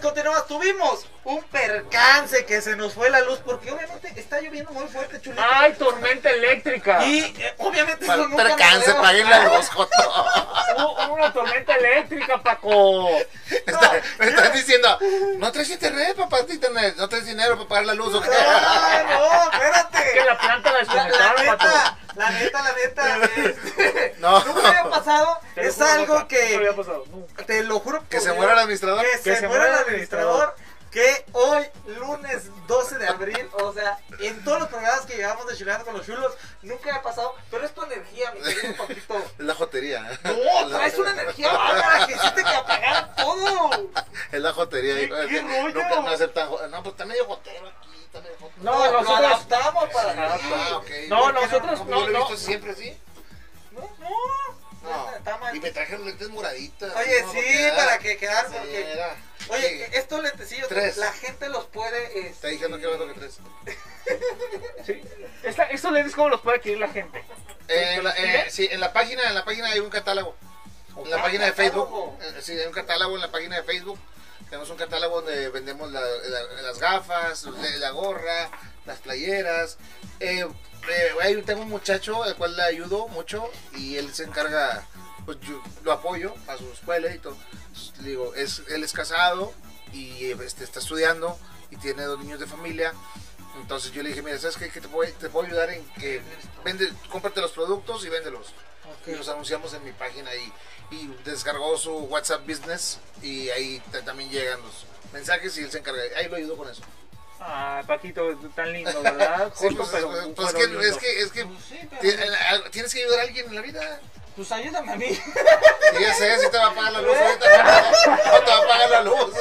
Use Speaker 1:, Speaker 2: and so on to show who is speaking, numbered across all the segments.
Speaker 1: continuamos. Tuvimos un percance que se nos fue la luz porque obviamente está lloviendo muy fuerte, chulito.
Speaker 2: ¡Ay, tormenta eléctrica!
Speaker 1: Y eh, obviamente
Speaker 3: Para
Speaker 1: eso
Speaker 3: el
Speaker 1: nunca me
Speaker 3: percance,
Speaker 1: debo-
Speaker 3: paguen la luz, Joto.
Speaker 2: Hubo una tormenta eléctrica, Paco.
Speaker 3: Está- me estás diciendo, no traes internet, papá, sí, internet, no traes dinero para pagar la luz, ¿o qué?
Speaker 1: No, no, espérate.
Speaker 2: Que la planta la
Speaker 1: La, la
Speaker 2: desconectaron, Paco.
Speaker 1: neta, la neta, la neta. este,
Speaker 3: No.
Speaker 1: Nunca había pasado.
Speaker 2: Te lo
Speaker 1: Es
Speaker 2: juro,
Speaker 1: algo
Speaker 2: Paco, nunca había
Speaker 1: que.
Speaker 2: pasado, nunca.
Speaker 1: Te lo juro.
Speaker 3: Que
Speaker 1: por
Speaker 3: se
Speaker 1: Dios,
Speaker 3: muera el administrador.
Speaker 1: Que se, muera el administrador. Que hoy, lunes 12 de abril, o sea, en todos los programas que llevamos de Chileando con los Chulos, nunca había pasado. Pero es tu energía, mi querido Paquito.
Speaker 3: Es la jotería.
Speaker 1: No, traes una energía bárbara que hiciste que apagaron todo.
Speaker 3: Es la jotería. hijo.
Speaker 1: ¿Qué- qué rollo?
Speaker 3: Nunca- no aceptan. jo- No, pues está medio jotero aquí, está medio jotero.
Speaker 2: No,
Speaker 1: lo
Speaker 2: nosotros-
Speaker 1: adaptamos para ti.
Speaker 3: Ah, ok.
Speaker 2: No,
Speaker 3: ¿Por qué
Speaker 2: nosotros
Speaker 3: Como
Speaker 2: no,
Speaker 3: Yo lo he visto
Speaker 2: no.
Speaker 3: siempre así.
Speaker 1: No, no.
Speaker 3: No.
Speaker 1: Está mal.
Speaker 3: Y me trajeron lentes moraditas.
Speaker 1: Oye,
Speaker 3: ¿no?
Speaker 1: sí,
Speaker 3: Porque era-
Speaker 1: para que quedar,
Speaker 3: sí,
Speaker 1: porque-
Speaker 3: era-
Speaker 1: Oye,
Speaker 3: sí.
Speaker 1: estos lentecillos,
Speaker 3: Tres.
Speaker 1: la gente los puede. este,
Speaker 3: Te dije no quiero ver lo que traes.
Speaker 2: Sí. Esta, estos lentes, ¿cómo los puede adquirir la gente?
Speaker 3: Eh, en la- eh, sí, en la página, en la página hay un catálogo. En la
Speaker 1: Ah,
Speaker 3: página de
Speaker 1: catálogo.
Speaker 3: Facebook. eh, Sí, hay un catálogo en la página de Facebook. Tenemos un catálogo donde vendemos la- la- las gafas, la, la gorra, las playeras. Eh, eh, hay- tengo un muchacho al cual le ayudo mucho y él se encarga, pues yo lo apoyo a su escuela y todo. Entonces, le digo, es, él es casado y eh, este, está estudiando y tiene dos niños de familia. Entonces yo le dije, mira, ¿sabes qué? Que te, puedo, te puedo ayudar en que vende, cómprate los productos y véndelos. Y los anunciamos en mi página y, y descargó su WhatsApp Business y ahí te- también llegan los mensajes y él se encarga. Ahí lo ayudo con eso.
Speaker 2: Ah, Paquito, tan lindo, ¿verdad?
Speaker 3: Sí,
Speaker 2: Justo,
Speaker 3: pues,
Speaker 2: pero.
Speaker 3: pues,
Speaker 2: pero
Speaker 3: es,
Speaker 2: lindo.
Speaker 3: que, es que, es que
Speaker 1: Pues sí, pero-
Speaker 3: ti- en la- tienes que ayudar a alguien en la vida.
Speaker 1: Pues ayúdame a mí.
Speaker 3: Y ya sé, si te va a pagar la luz ahorita. No te va a pagar la luz.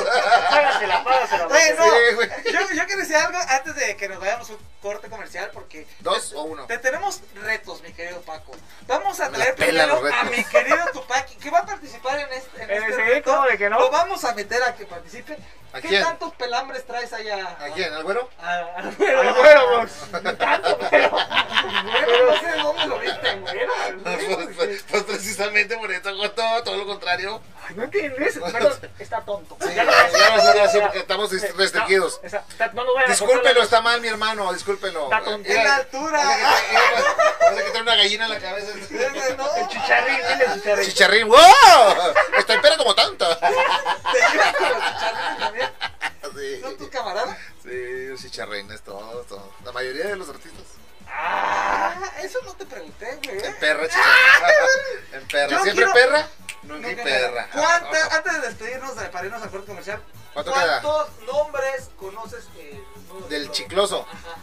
Speaker 2: Págasela, págasela.
Speaker 1: Oye, no.
Speaker 3: Sí, güey.
Speaker 1: Yo, yo quiero decir algo antes de que nos vayamos a un corte comercial porque.
Speaker 3: Dos o uno.
Speaker 1: Te tenemos retos, mi querido Paco. Vamos a
Speaker 3: Me
Speaker 1: traer
Speaker 3: la pelan
Speaker 1: primero
Speaker 3: los
Speaker 1: a
Speaker 3: retos.
Speaker 1: mi querido Tupaki, que va a participar en este, en
Speaker 2: Eh,
Speaker 1: este
Speaker 2: sí,
Speaker 1: reto.
Speaker 2: ¿cómo de que no?
Speaker 1: Lo vamos a meter a que participe.
Speaker 3: ¿A
Speaker 1: ¿Qué
Speaker 3: quién?
Speaker 1: tantos pelambres traes allá?
Speaker 3: ¿A quién? ¿Al güero?
Speaker 1: A- a-
Speaker 2: Al güero, Box. No tanto, pero.
Speaker 1: Bueno, no sé de dónde lo viste, güero.
Speaker 3: Pues, pues, pues, precisamente por eso, todo, todo lo contrario.
Speaker 2: Ay, ¿No entiendes? Pero está tonto.
Speaker 3: Sí,
Speaker 2: Ya lo
Speaker 3: ya, ya, ya, sí,
Speaker 2: ya.
Speaker 3: porque estamos rest- restringidos.
Speaker 2: No, esa- está- no lo vayan a cortar
Speaker 3: Discúlpelo,
Speaker 2: la-
Speaker 3: está mal mi hermano, discúlpelo.
Speaker 2: Está tonto.
Speaker 3: Era-
Speaker 1: En la altura.
Speaker 3: Parece que trae- eh, Parece que trae una gallina en la cabeza.
Speaker 1: Ese no.
Speaker 2: El chicharrín, dile el chicharrín.
Speaker 3: Chicharrín, ¡wow! Está impera como tanta.
Speaker 1: ¿Te llevas con los chicharrones también?
Speaker 3: Sí,
Speaker 1: ¿Son tus camaradas?
Speaker 3: sí, chicharrín es todo, todo. La mayoría de los artistas.
Speaker 1: Ah, eso no te pregunté, güey.
Speaker 3: En perra, chicharrín. En perra.
Speaker 1: Yo
Speaker 3: ¿Siempre
Speaker 1: quiero-
Speaker 3: perra? Nunca hay
Speaker 1: Nunca-
Speaker 3: perra.
Speaker 1: ¿Cuánta- antes de despedirnos, de, para irnos al corte comercial,
Speaker 3: ¿Cuánto queda?
Speaker 1: ¿cuántos nombres conoces eh, no,
Speaker 3: Del
Speaker 1: no?
Speaker 3: chicloso.
Speaker 1: Ajá.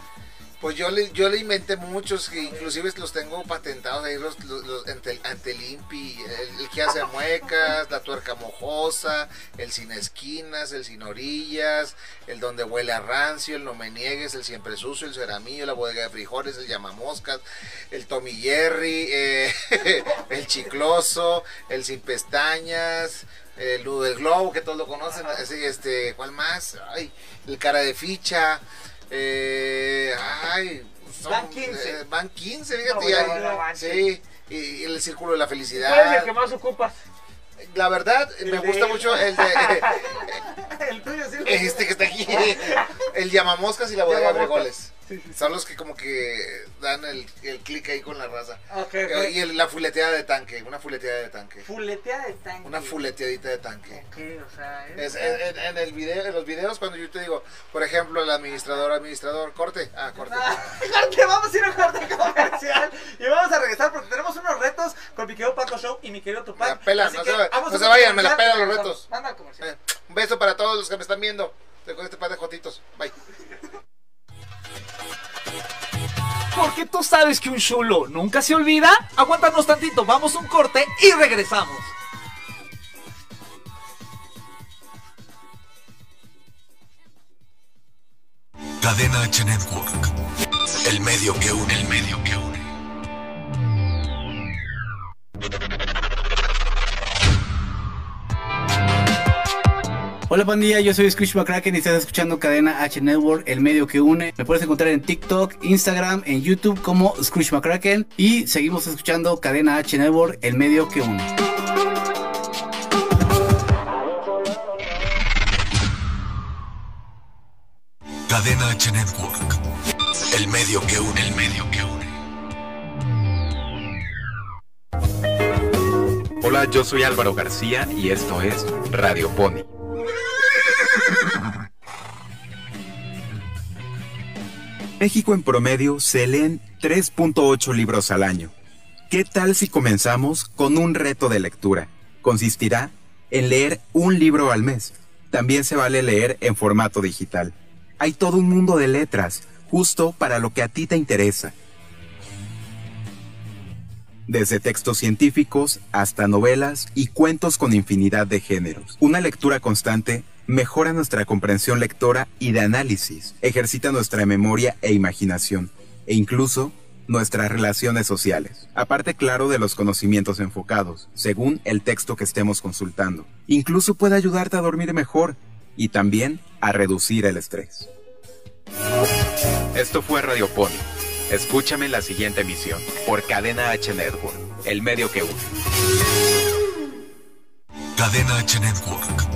Speaker 3: Pues yo le, yo le inventé muchos, que inclusive los tengo patentados ahí, los, los, los ante, ante el Impi, el, el que hace muecas, la tuerca mojosa, el sin esquinas, el sin orillas, el donde huele a rancio, el no me niegues, el siempre sucio, el ceramillo, la bodega de frijoles, el llamamoscas, el Tommy Jerry, eh, el chicloso, el sin pestañas, el nudo del globo, que todos lo conocen, así, este, ¿cuál más? Ay, el cara de ficha, eh, ay, son-
Speaker 1: Van 15.
Speaker 3: eh, van 15,
Speaker 2: No,
Speaker 3: fíjate,
Speaker 2: bueno,
Speaker 3: ay,
Speaker 2: no manches.
Speaker 3: sí, y, y el círculo de la felicidad.
Speaker 2: ¿Cuál es el que más ocupas?
Speaker 3: La verdad, me
Speaker 2: El de
Speaker 3: gusta
Speaker 2: él.
Speaker 3: mucho el de
Speaker 1: El tuyo sí.
Speaker 3: este que está aquí, el llamamoscas y la bodega de
Speaker 2: Llamamoscas.
Speaker 3: frijoles. Son los que como que dan el, el clic ahí con la raza.
Speaker 1: Ok,
Speaker 2: Eh,
Speaker 1: ok.
Speaker 3: Y el- la fuleteada de tanque, una fuleteada de tanque.
Speaker 1: Fuletea de tanque.
Speaker 3: Una fuleteadita de tanque.
Speaker 1: Ok, o sea, es- Ah,
Speaker 3: Es- en, en- en el video, en los videos cuando yo te digo, por ejemplo, el administrador, administrador, corte, ah, corte.
Speaker 1: Ah, corte, vamos a ir a un corte comercial y vamos a regresar porque tenemos unos retos con mi querido Paco Show y mi querido Tupac.
Speaker 3: Me la pelan,
Speaker 1: Así
Speaker 3: no
Speaker 1: que
Speaker 3: se va-
Speaker 1: vamos a
Speaker 3: no
Speaker 1: un
Speaker 3: se
Speaker 1: corte
Speaker 3: vayan, me la
Speaker 1: comercial
Speaker 3: pelan
Speaker 1: y
Speaker 3: los
Speaker 1: regresamos.
Speaker 3: retos.
Speaker 1: Manda al comercial.
Speaker 3: Eh, un beso para todos los que me están viendo. Te con este par de jotitos. Bye.
Speaker 4: Porque tú sabes que un chulo nunca se olvida. Aguántanos tantito, vamos un corte y regresamos.
Speaker 5: Cadena H Network. El medio que une. El medio que une.
Speaker 6: Hola pandilla, yo soy Screech McCracken y estás escuchando Cadena H Network, el medio que une. Me puedes encontrar en TikTok, Instagram, en YouTube como Screech McCracken y seguimos escuchando Cadena H Network, el medio que une.
Speaker 5: Cadena H Network. El medio que une, el medio que une.
Speaker 7: Hola, yo soy Álvaro García y esto es Radio Pony. México en promedio se leen 3.8 libros al año. ¿Qué tal si comenzamos con un reto de lectura? Consistirá en leer un libro al mes. También se vale leer en formato digital. Hay todo un mundo de letras, justo para lo que a ti te interesa desde textos científicos hasta novelas y cuentos con infinidad de géneros. Una lectura constante mejora nuestra comprensión lectora y de análisis, ejercita nuestra memoria e imaginación, e incluso nuestras relaciones sociales, aparte claro de los conocimientos enfocados, según el texto que estemos consultando. Incluso puede ayudarte a dormir mejor y también a reducir el estrés. Esto fue Radio Pony. Escúchame en la siguiente emisión por Cadena H Network, el medio que une.
Speaker 5: Cadena H Network.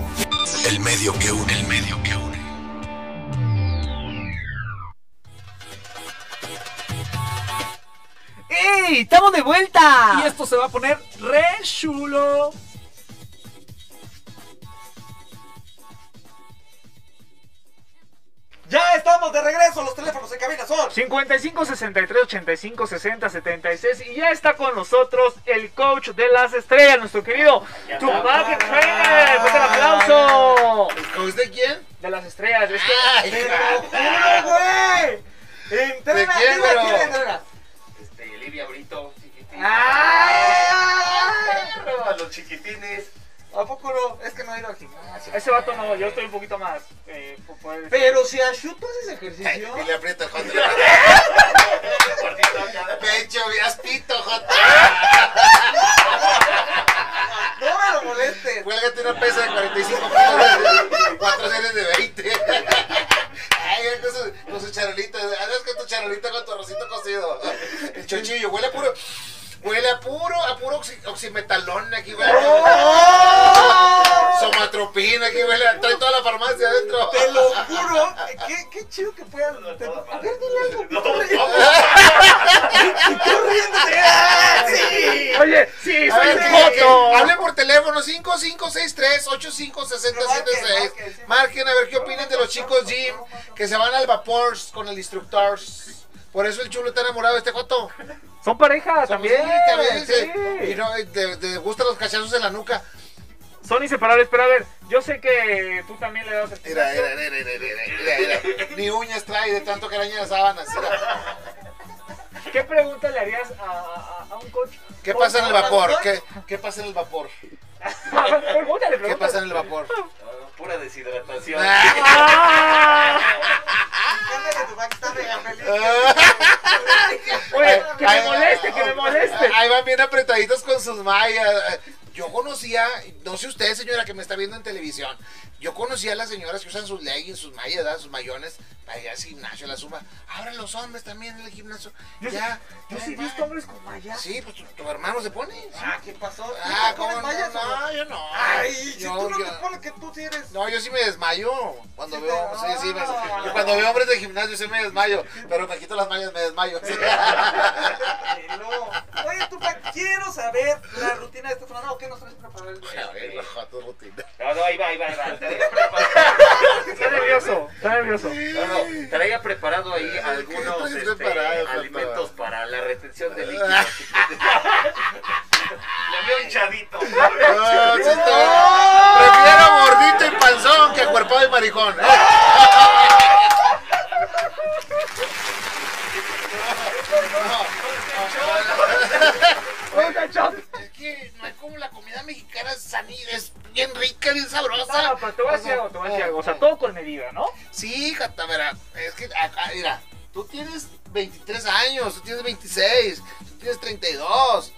Speaker 5: El medio que une, el medio que une.
Speaker 2: ¡Ey! ¡Estamos de vuelta!
Speaker 4: Y esto se va a poner re chulo.
Speaker 1: Ya estamos de regreso, los teléfonos en cabina son.
Speaker 2: 55 63 85 60 76 y ya está con nosotros el coach de las estrellas, nuestro querido Tupac Trainer. ¡Fuerte el aplauso!
Speaker 3: ¿Coach de quién?
Speaker 2: De las estrellas, es que
Speaker 3: Ay,
Speaker 1: ¡Te lo
Speaker 3: cara.
Speaker 1: juro, güey! ¡Entrena!
Speaker 3: ¿De quién,
Speaker 1: ¿Quién la
Speaker 3: bro?
Speaker 1: quiere entrenar?
Speaker 8: Este, Livia Brito, chiquitín.
Speaker 1: ¡Ah!
Speaker 8: A los chiquitines.
Speaker 1: ¿A poco no? Es que no he ido al gimnasio.
Speaker 2: ese vato no, yo estoy un poquito más. Eh, por poder decir.
Speaker 1: Pero si a Shu tú haces ejercicio.
Speaker 3: Y le aprieta el jote.
Speaker 8: Cortito, ya.
Speaker 3: Pecho, veas pito, jote.
Speaker 1: No me lo molestes.
Speaker 3: Huélgate una pesa de 45 kilos, cuatro series de 20. Ay, él con su, con su charolita, andas con tu charolita con tu arrocito cocido. El chochillo, huele a puro, huele a puro, a puro oxi- oximetalón aquí, huele. Somatropina aquí, huele, a- trae toda la farmacia adentro.
Speaker 1: Te lo juro. Qué, qué chido que puedas. te- A ver, dile algo. No, tú riéndote. ¡Ah, sí!
Speaker 2: Oye, sí,
Speaker 3: A
Speaker 2: soy
Speaker 3: ver,
Speaker 2: un
Speaker 3: que-
Speaker 2: foto.
Speaker 3: que Hable por teléfono
Speaker 1: Marquen, marquen,
Speaker 3: 5563-856076.
Speaker 1: sí.
Speaker 3: Marquen a ver qué opinan de los chicos Jim que se van al vapor con el instructor. Por eso el chulo está enamorado de este joto.
Speaker 2: Son pareja también.
Speaker 3: Sí, también, se-
Speaker 2: sí.
Speaker 3: Y no, eh, te, te gustan los cachazos en la nuca.
Speaker 2: Son inseparables, pero a ver, yo sé que tú también le das el
Speaker 3: Mira, mira, mira, mira, mira, mira, mira. Ni uñas trae de tanto que araña las sábanas. mira.
Speaker 2: ¿Qué pregunta le harías a, a- a un coach?
Speaker 3: ¿Qué pasa en el vapor? ¿Qué, qué pasa en el vapor?
Speaker 2: Pregúntale,
Speaker 3: ¿Qué
Speaker 2: pregúntale.
Speaker 3: pasa en el vapor? Ah.
Speaker 8: No, Ah, Pura deshidratación.
Speaker 2: Ah,
Speaker 1: Anda que tu Mac está mega feliz.
Speaker 8: Ah.
Speaker 2: Oye, que me
Speaker 3: Ahí-
Speaker 2: moleste, que me moleste.
Speaker 3: Ahí van bien apretaditos con sus mallas. Yo conocía, no sé usted, señora, que me está viendo en televisión. Yo conocía a las señoras que usan sus leggings, sus mallas, ¿verdad? sus mayones, para ir al gimnasio, la suma. Ahora los hombres también en el gimnasio.
Speaker 2: Yo sí-
Speaker 3: ya,
Speaker 2: Yo
Speaker 3: ya
Speaker 2: sí he
Speaker 3: van.
Speaker 2: visto hombres con malla.
Speaker 3: Sí, pues tu, tu hermano se pone.
Speaker 1: Ah, ¿qué pasó? ¿Tú
Speaker 3: Ah,
Speaker 1: te
Speaker 3: ¿cómo
Speaker 1: pones
Speaker 3: no?
Speaker 1: mallas o no?
Speaker 3: No, yo no.
Speaker 1: Ay, si
Speaker 3: Yo-
Speaker 1: tú no
Speaker 3: yo-
Speaker 1: te pones que tú sí eres.
Speaker 3: No, yo sí me desmayo. Cuando
Speaker 1: Sí,
Speaker 3: veo,
Speaker 1: te-
Speaker 3: sí, sí, me-
Speaker 1: Ah.
Speaker 3: yo cuando veo hombres de gimnasio sí me desmayo, pero me quito las mallas, me desmayo.
Speaker 1: Hello. Oye, tú, Mac, quiero saber la rutina de esta semana o qué nos traes preparado el día. de hoy?
Speaker 8: No, no, ahí va, ahí va, ahí va. Traía
Speaker 2: Está nervioso, está nervioso.
Speaker 8: preparado, no, no, traía preparado ahí algunos
Speaker 3: traes
Speaker 8: este,
Speaker 3: preparado, papá?
Speaker 8: alimentos para la retención de líquidos. Le veo hinchadito.
Speaker 3: Ah, sí está bien. Prefiero gordito y panzón que cuerpado y maricón.
Speaker 2: Oiga, chao.
Speaker 3: Es que no es como la comida mexicana es sanita, es bien rica, bien
Speaker 2: No,
Speaker 3: sabrosa.
Speaker 2: no, pero te voy a decir algo, te voy a decir algo. O sea, todo con medida, ¿no?
Speaker 3: Sí, Jata, mira, es que acá, mira, tú tienes 23 años, tú tienes 26, tú tienes 32.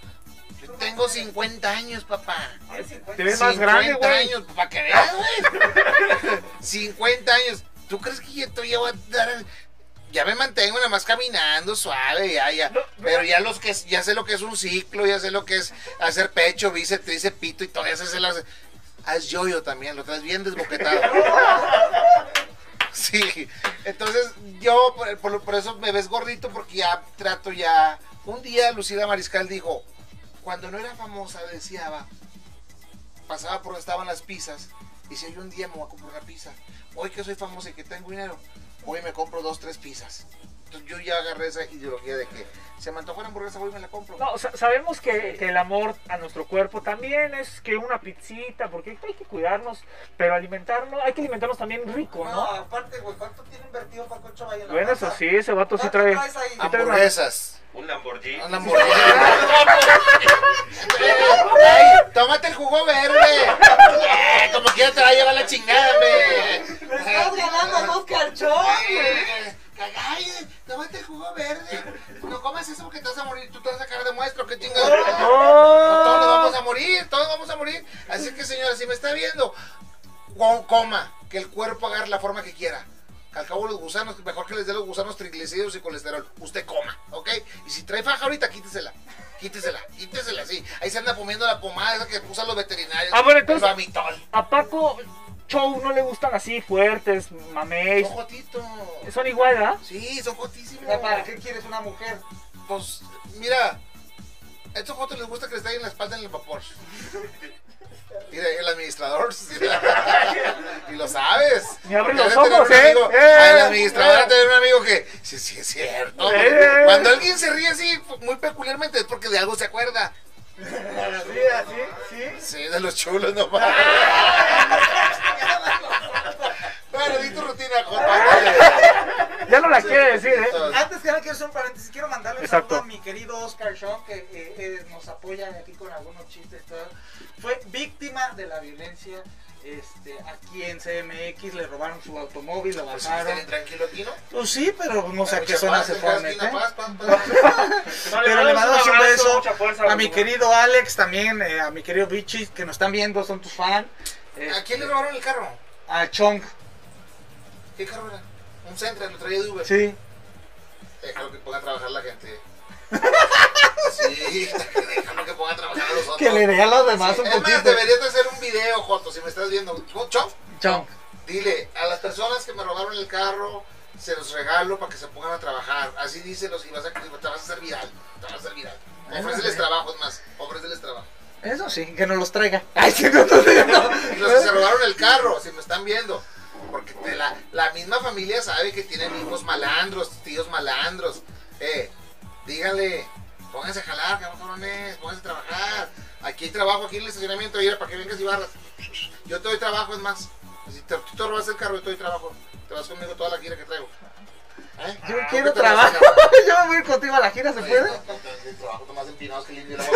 Speaker 3: Yo tengo 50 años, papá.
Speaker 1: pues,
Speaker 2: Te ves más grande, güey.
Speaker 3: años, papá, que veas, güey. 50 años. ¿Tú crees que yo todavía voy a dar.? Ya me mantengo nada más caminando suave, ya, ya.
Speaker 2: No,
Speaker 3: Pero ya los que ya sé lo que es un ciclo, ya sé lo que es hacer pecho, bíceps, tríceps, pito y todo eso. Se las... Haz yoyo también, lo traes bien desboquetado. Sí, entonces yo por, por- por eso me ves gordito porque ya trato ya... Un día Lucila Mariscal dijo, cuando no era famosa deseaba, pasaba por donde estaban las pizzas, y si yo un día me voy a comprar una pizza, hoy que soy famosa y que tengo dinero, hoy me compro dos, tres pizzas. Entonces yo ya agarré esa ideología de que se me antojó una hamburguesa, hoy me la compro.
Speaker 2: No, sa- sabemos que, que el amor a nuestro cuerpo también es que una pizzita, porque hay que cuidarnos, pero alimentarlo, hay que alimentarnos también rico,
Speaker 1: No,
Speaker 2: ¿no?
Speaker 1: aparte, güey, ¿cuánto tiene invertido Paco Chava ahí en la
Speaker 2: Bueno, eso
Speaker 1: casa?
Speaker 2: sí, ese vato sí
Speaker 1: ¿Cuánto
Speaker 2: trae.
Speaker 1: traes ahí?
Speaker 2: Ah,
Speaker 3: Hamburguesas.
Speaker 8: Un Lamborghini.
Speaker 3: Una hamburguesa. Ey, tómate el jugo verde. Eh, Como quiera te va a llevar la chingada, me.
Speaker 1: ¡Le estás ganando a dos carchones!
Speaker 3: Ay, tómate el jugo verde. No comas eso porque te vas a morir. Tú te vas a sacar de muestro. ¿Qué chingada? No, todos nos vamos a morir. Todos vamos a morir. Así que, señora, si me está viendo, co- coma. Que el cuerpo agarre la forma que quiera. Al cabo, los gusanos, mejor que les dé los gusanos triglicéridos y colesterol. Usted coma, ¿ok? Y si trae faja ahorita, quítesela. Quítesela, quítesela, sí. Ahí se anda comiendo la pomada esa que usan los veterinarios.
Speaker 2: Ah, bueno, entonces-
Speaker 3: El Bamitol.
Speaker 2: A Paco Chow no le gustan así fuertes, mameis.
Speaker 3: Son jotitos.
Speaker 2: Son igual, ¿verdad?
Speaker 3: Sí, son jotísimos.
Speaker 1: ¿Para qué quieres una mujer?
Speaker 3: Pues, mira, a estos fotos les gusta que les en la espalda en el vapor. Mira, el administrador. sí. y lo sabes.
Speaker 2: Me abre
Speaker 3: Porque
Speaker 2: los
Speaker 3: debe tener
Speaker 2: ojos,
Speaker 3: un
Speaker 2: ¿eh?
Speaker 3: amigo-
Speaker 2: ¡Eh!
Speaker 3: ah, El administrador debe tener un amigo que. Sí, sí, es cierto.
Speaker 2: ¡Eh!
Speaker 3: porque Cuando alguien se ríe así, pues, muy peculiarmente, es porque de algo se acuerda.
Speaker 1: Así, así, sí.
Speaker 3: Sí, de los chulos nomás. bueno, di tu rutina, compadre.
Speaker 2: Ya no la quiere decir, ¿eh?
Speaker 1: Antes que nada quiero hacer un paréntesis, quiero mandarle un
Speaker 2: Exacto.
Speaker 1: saludo a mi querido Oscar Sean que eh, eh, nos apoya aquí con algunos chistes y todo. Fue víctima de la violencia este, aquí en CMX, le robaron su automóvil, lo
Speaker 3: Pues,
Speaker 1: bajaron.
Speaker 3: ¿estás tranquilo, Tino?
Speaker 1: Pues sí, pero no sé a qué
Speaker 3: Mucha
Speaker 1: zona
Speaker 3: paz,
Speaker 1: se
Speaker 3: en
Speaker 1: fue a
Speaker 3: cada esquina,
Speaker 1: meter.
Speaker 3: paz, paz, paz.
Speaker 1: Pero le mandamos un
Speaker 2: abrazo,
Speaker 1: beso
Speaker 2: mucha fuerza,
Speaker 1: a mi
Speaker 2: Bruno.
Speaker 1: querido Alex también, eh, a mi querido Bichis que nos están viendo, son tus fans.
Speaker 3: ¿A quién le robaron el carro?
Speaker 1: A Chong,
Speaker 3: ¿Qué carro era? Un centro, lo traía de Uber.
Speaker 1: sí.
Speaker 3: Déjalo que ponga a trabajar la gente. Sí, déjalo que ponga a trabajar a los otros.
Speaker 1: Que le dé a los demás un
Speaker 3: Es más,
Speaker 1: poquito.
Speaker 3: deberías de hacer un video, Joto, si me estás viendo. Joto,
Speaker 1: Chong.
Speaker 3: dile, a las personas que me robaron el carro, se los regalo para que se pongan a trabajar. Así díselos y vas a, te vas a hacer viral. Te vas a hacer viral. Ofréceles trabajo, es más, ofréceles trabajo.
Speaker 1: Eso sí, que nos los traiga. Ay, sí, no, no, no, no.
Speaker 3: Y los que se robaron el carro, si me están viendo. Porque te la, la misma familia sabe que tienen hijos malandros, tíos malandros. Eh, díganle, pónganse a jalar, cabrones, pónganse a trabajar. Aquí hay trabajo, aquí en el estacionamiento, mira, para que vengas y barras. Yo te doy trabajo, es más. Si te, tú te robas el carro, yo te doy trabajo. Te vas conmigo toda la gira que traigo. ¿Eh?
Speaker 1: Yo
Speaker 3: ¿Por
Speaker 1: quiero
Speaker 3: qué te vas a
Speaker 1: trabajo. Yo me voy a ir contigo a la gira, ¿se puede?
Speaker 3: El trabajo está más empinado que el indio.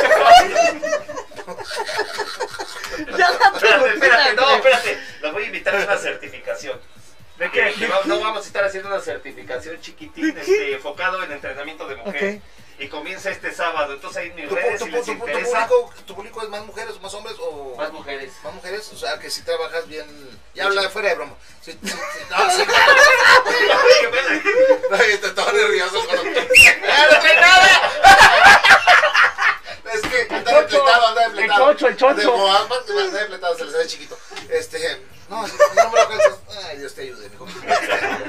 Speaker 1: Ya la
Speaker 8: Espérate, espérate,
Speaker 1: tuve,
Speaker 8: no, espérate. Los voy a invitar a una certificación.
Speaker 2: ¿De qué?
Speaker 8: Que va- no vamos a estar haciendo una certificación chiquitín, este, enfocado en entrenamiento de mujer.
Speaker 1: Ok.
Speaker 8: Y comienza este sábado. Entonces ahí en mis
Speaker 3: ¿Tu,
Speaker 8: redes,
Speaker 3: tu-
Speaker 8: si
Speaker 3: tu-
Speaker 8: les
Speaker 3: tu- tu
Speaker 8: interesa,
Speaker 3: público, ¿Tu público es más mujeres, más hombres o
Speaker 8: más mujeres.
Speaker 3: Más mujeres, o sea, que si trabajas bien. Ya habla fuera de broma. Si, si- si- no, sí. No, yo estoy todo nervioso. cuando- ¡Ah, no trae nada! Es que anda
Speaker 2: chocho.
Speaker 3: depletado, anda
Speaker 2: El
Speaker 3: depletado.
Speaker 2: chocho, el chocho.
Speaker 3: Anda como Batman, que anda depletado, se le sale chiquito. Este, no, no me lo alcanzas. Ay, Dios te ayude, mijo. Este,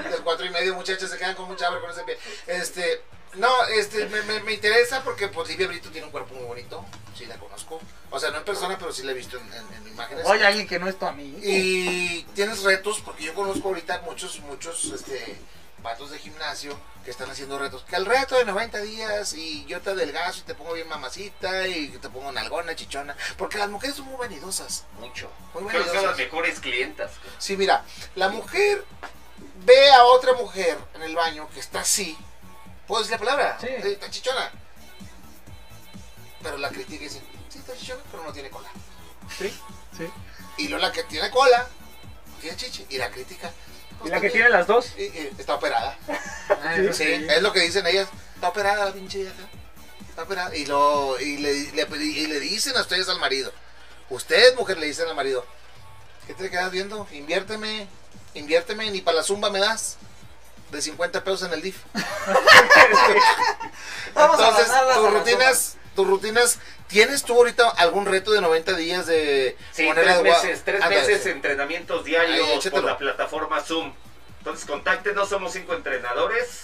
Speaker 3: Del cuatro y medio, muchachos, se quedan con mucha hambre con ese pie. Este, no, este, me, me, me interesa porque, pues, Livia Brito tiene un cuerpo muy bonito. Sí, la conozco. O sea, no en persona, pero sí la he visto en, en- en imágenes.
Speaker 1: Oye, alguien que no es tu amigo.
Speaker 3: Y tienes retos, porque yo conozco ahorita muchos, muchos, este, vatos de gimnasio que están haciendo retos. Que el reto de 90 días y yo te adelgazo y te pongo bien mamacita y te pongo nalgona, chichona. Porque las mujeres son muy vanidosas.
Speaker 8: Mucho.
Speaker 3: Muy
Speaker 8: Creo que son
Speaker 3: vanidosas.
Speaker 8: las mejores clientas.
Speaker 3: Sí, mira, la mujer ve a otra mujer en el baño que está así. ¿Puedo decir la palabra?
Speaker 1: Sí.
Speaker 3: Está chichona. Pero la critica y dice, sí, está chichona, pero no tiene cola.
Speaker 1: Sí, sí.
Speaker 3: Y luego la que tiene cola, tiene chichi, y la critica. "Pues
Speaker 2: ¿Y la que tiene las dos?
Speaker 3: Y- y está operada.
Speaker 1: Ay,
Speaker 3: Sí, es lo que dicen ellas. Está operada la pinche vieja. Está operada. Y, lo, y, le, le- y le dicen a ustedes al marido. Ustedes, mujer, le dicen al marido. ¿Qué te quedas viendo? Inviérteme. Inviérteme. Ni para la zumba me das. De 50 pesos en el DIF.
Speaker 1: Vamos a
Speaker 3: Entonces,
Speaker 1: bajarlas a
Speaker 3: tus
Speaker 1: las
Speaker 3: rutinas... Tus rutinas... ¿Tienes tú ahorita algún reto de 90 días de
Speaker 8: Sí,
Speaker 3: ponerle
Speaker 8: tres
Speaker 3: agua?
Speaker 8: meses, tres
Speaker 3: Ándale,
Speaker 8: meses
Speaker 3: sí.
Speaker 8: entrenamientos
Speaker 3: Ahí,
Speaker 8: diarios por
Speaker 3: échatelo.
Speaker 8: la plataforma Zoom. Entonces, contáctenos, somos cinco entrenadores.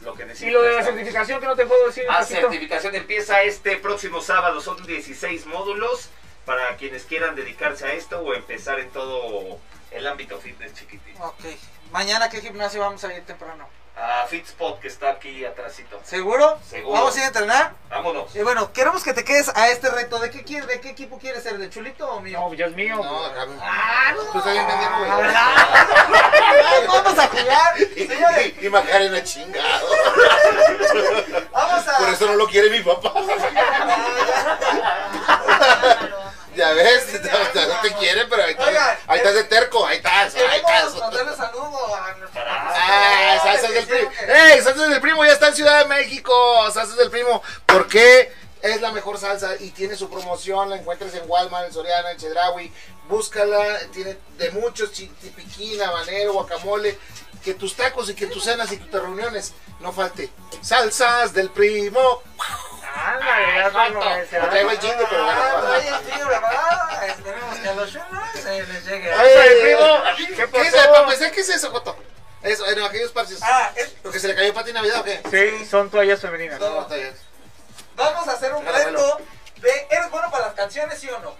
Speaker 8: Lo que necesitan.
Speaker 2: Y lo de la certificación que no te puedo decir.
Speaker 8: Ah,
Speaker 2: Paquito.
Speaker 8: certificación empieza este próximo sábado, son 16 módulos para quienes quieran dedicarse a esto o empezar en todo el ámbito fitness chiquitín.
Speaker 1: Ok. Mañana, ¿qué gimnasio vamos a ir temprano?
Speaker 8: A Fitspot que está aquí atrásito.
Speaker 1: ¿Seguro?
Speaker 8: Seguro.
Speaker 1: Vamos a ir a entrenar.
Speaker 8: Vámonos.
Speaker 1: Y bueno, queremos que te quedes a este reto. ¿De qué, quieres, de qué equipo quieres ser? ¿De Chulito o mío? Ah,
Speaker 2: No, Dios mío.
Speaker 3: No, cabrón. Tú estás bien pendejo, güey.
Speaker 1: vamos a jugar. Señores,
Speaker 3: Y, y Macarena chingado.
Speaker 1: vamos
Speaker 3: Por
Speaker 1: a. Ah,
Speaker 3: eso no lo quiere mi papá. Ya ves, no, no te quiere, pero ahí
Speaker 1: Oigan,
Speaker 3: estás, ahí estás de terco, ahí estás, ahí
Speaker 1: Queremos
Speaker 3: estás.
Speaker 1: mandarle saludo a nuestra.
Speaker 3: Ah, Salsas del Primo.
Speaker 1: Que-
Speaker 2: Eh,
Speaker 3: ¡Ey! Salsas del Primo ya está en Ciudad de México. Salsas del Primo. ¿Por qué? Es la mejor salsa y tiene su promoción. La encuentras en Walmart, en Soriana, en Chedraui. Búscala. Tiene de muchos: chi- tipiquín, habanero, guacamole. Que tus tacos y que tus cenas y tus reuniones no falte. Salsas del Primo.
Speaker 2: Ándale, ya está, no me
Speaker 3: No traigo el jingle, pero bueno.
Speaker 1: Ah, oye, tío, la verdad, Esperemos que a los chulos se les llegue.
Speaker 2: Salsa del Primo, ¿qué
Speaker 3: ¿Qué es,
Speaker 2: pasó?
Speaker 3: papá? ¿Qué es eso, Joto? Eso, en aquellos parcios.
Speaker 1: Ah, es-
Speaker 3: ¿Lo que se le cayó para ti Navidad o qué?
Speaker 2: Sí, son toallas femeninas.
Speaker 3: No, está bien.
Speaker 1: Vamos a hacer
Speaker 2: Ah,
Speaker 1: un
Speaker 3: Claro,
Speaker 1: reto de ¿eres bueno para las canciones, sí o no?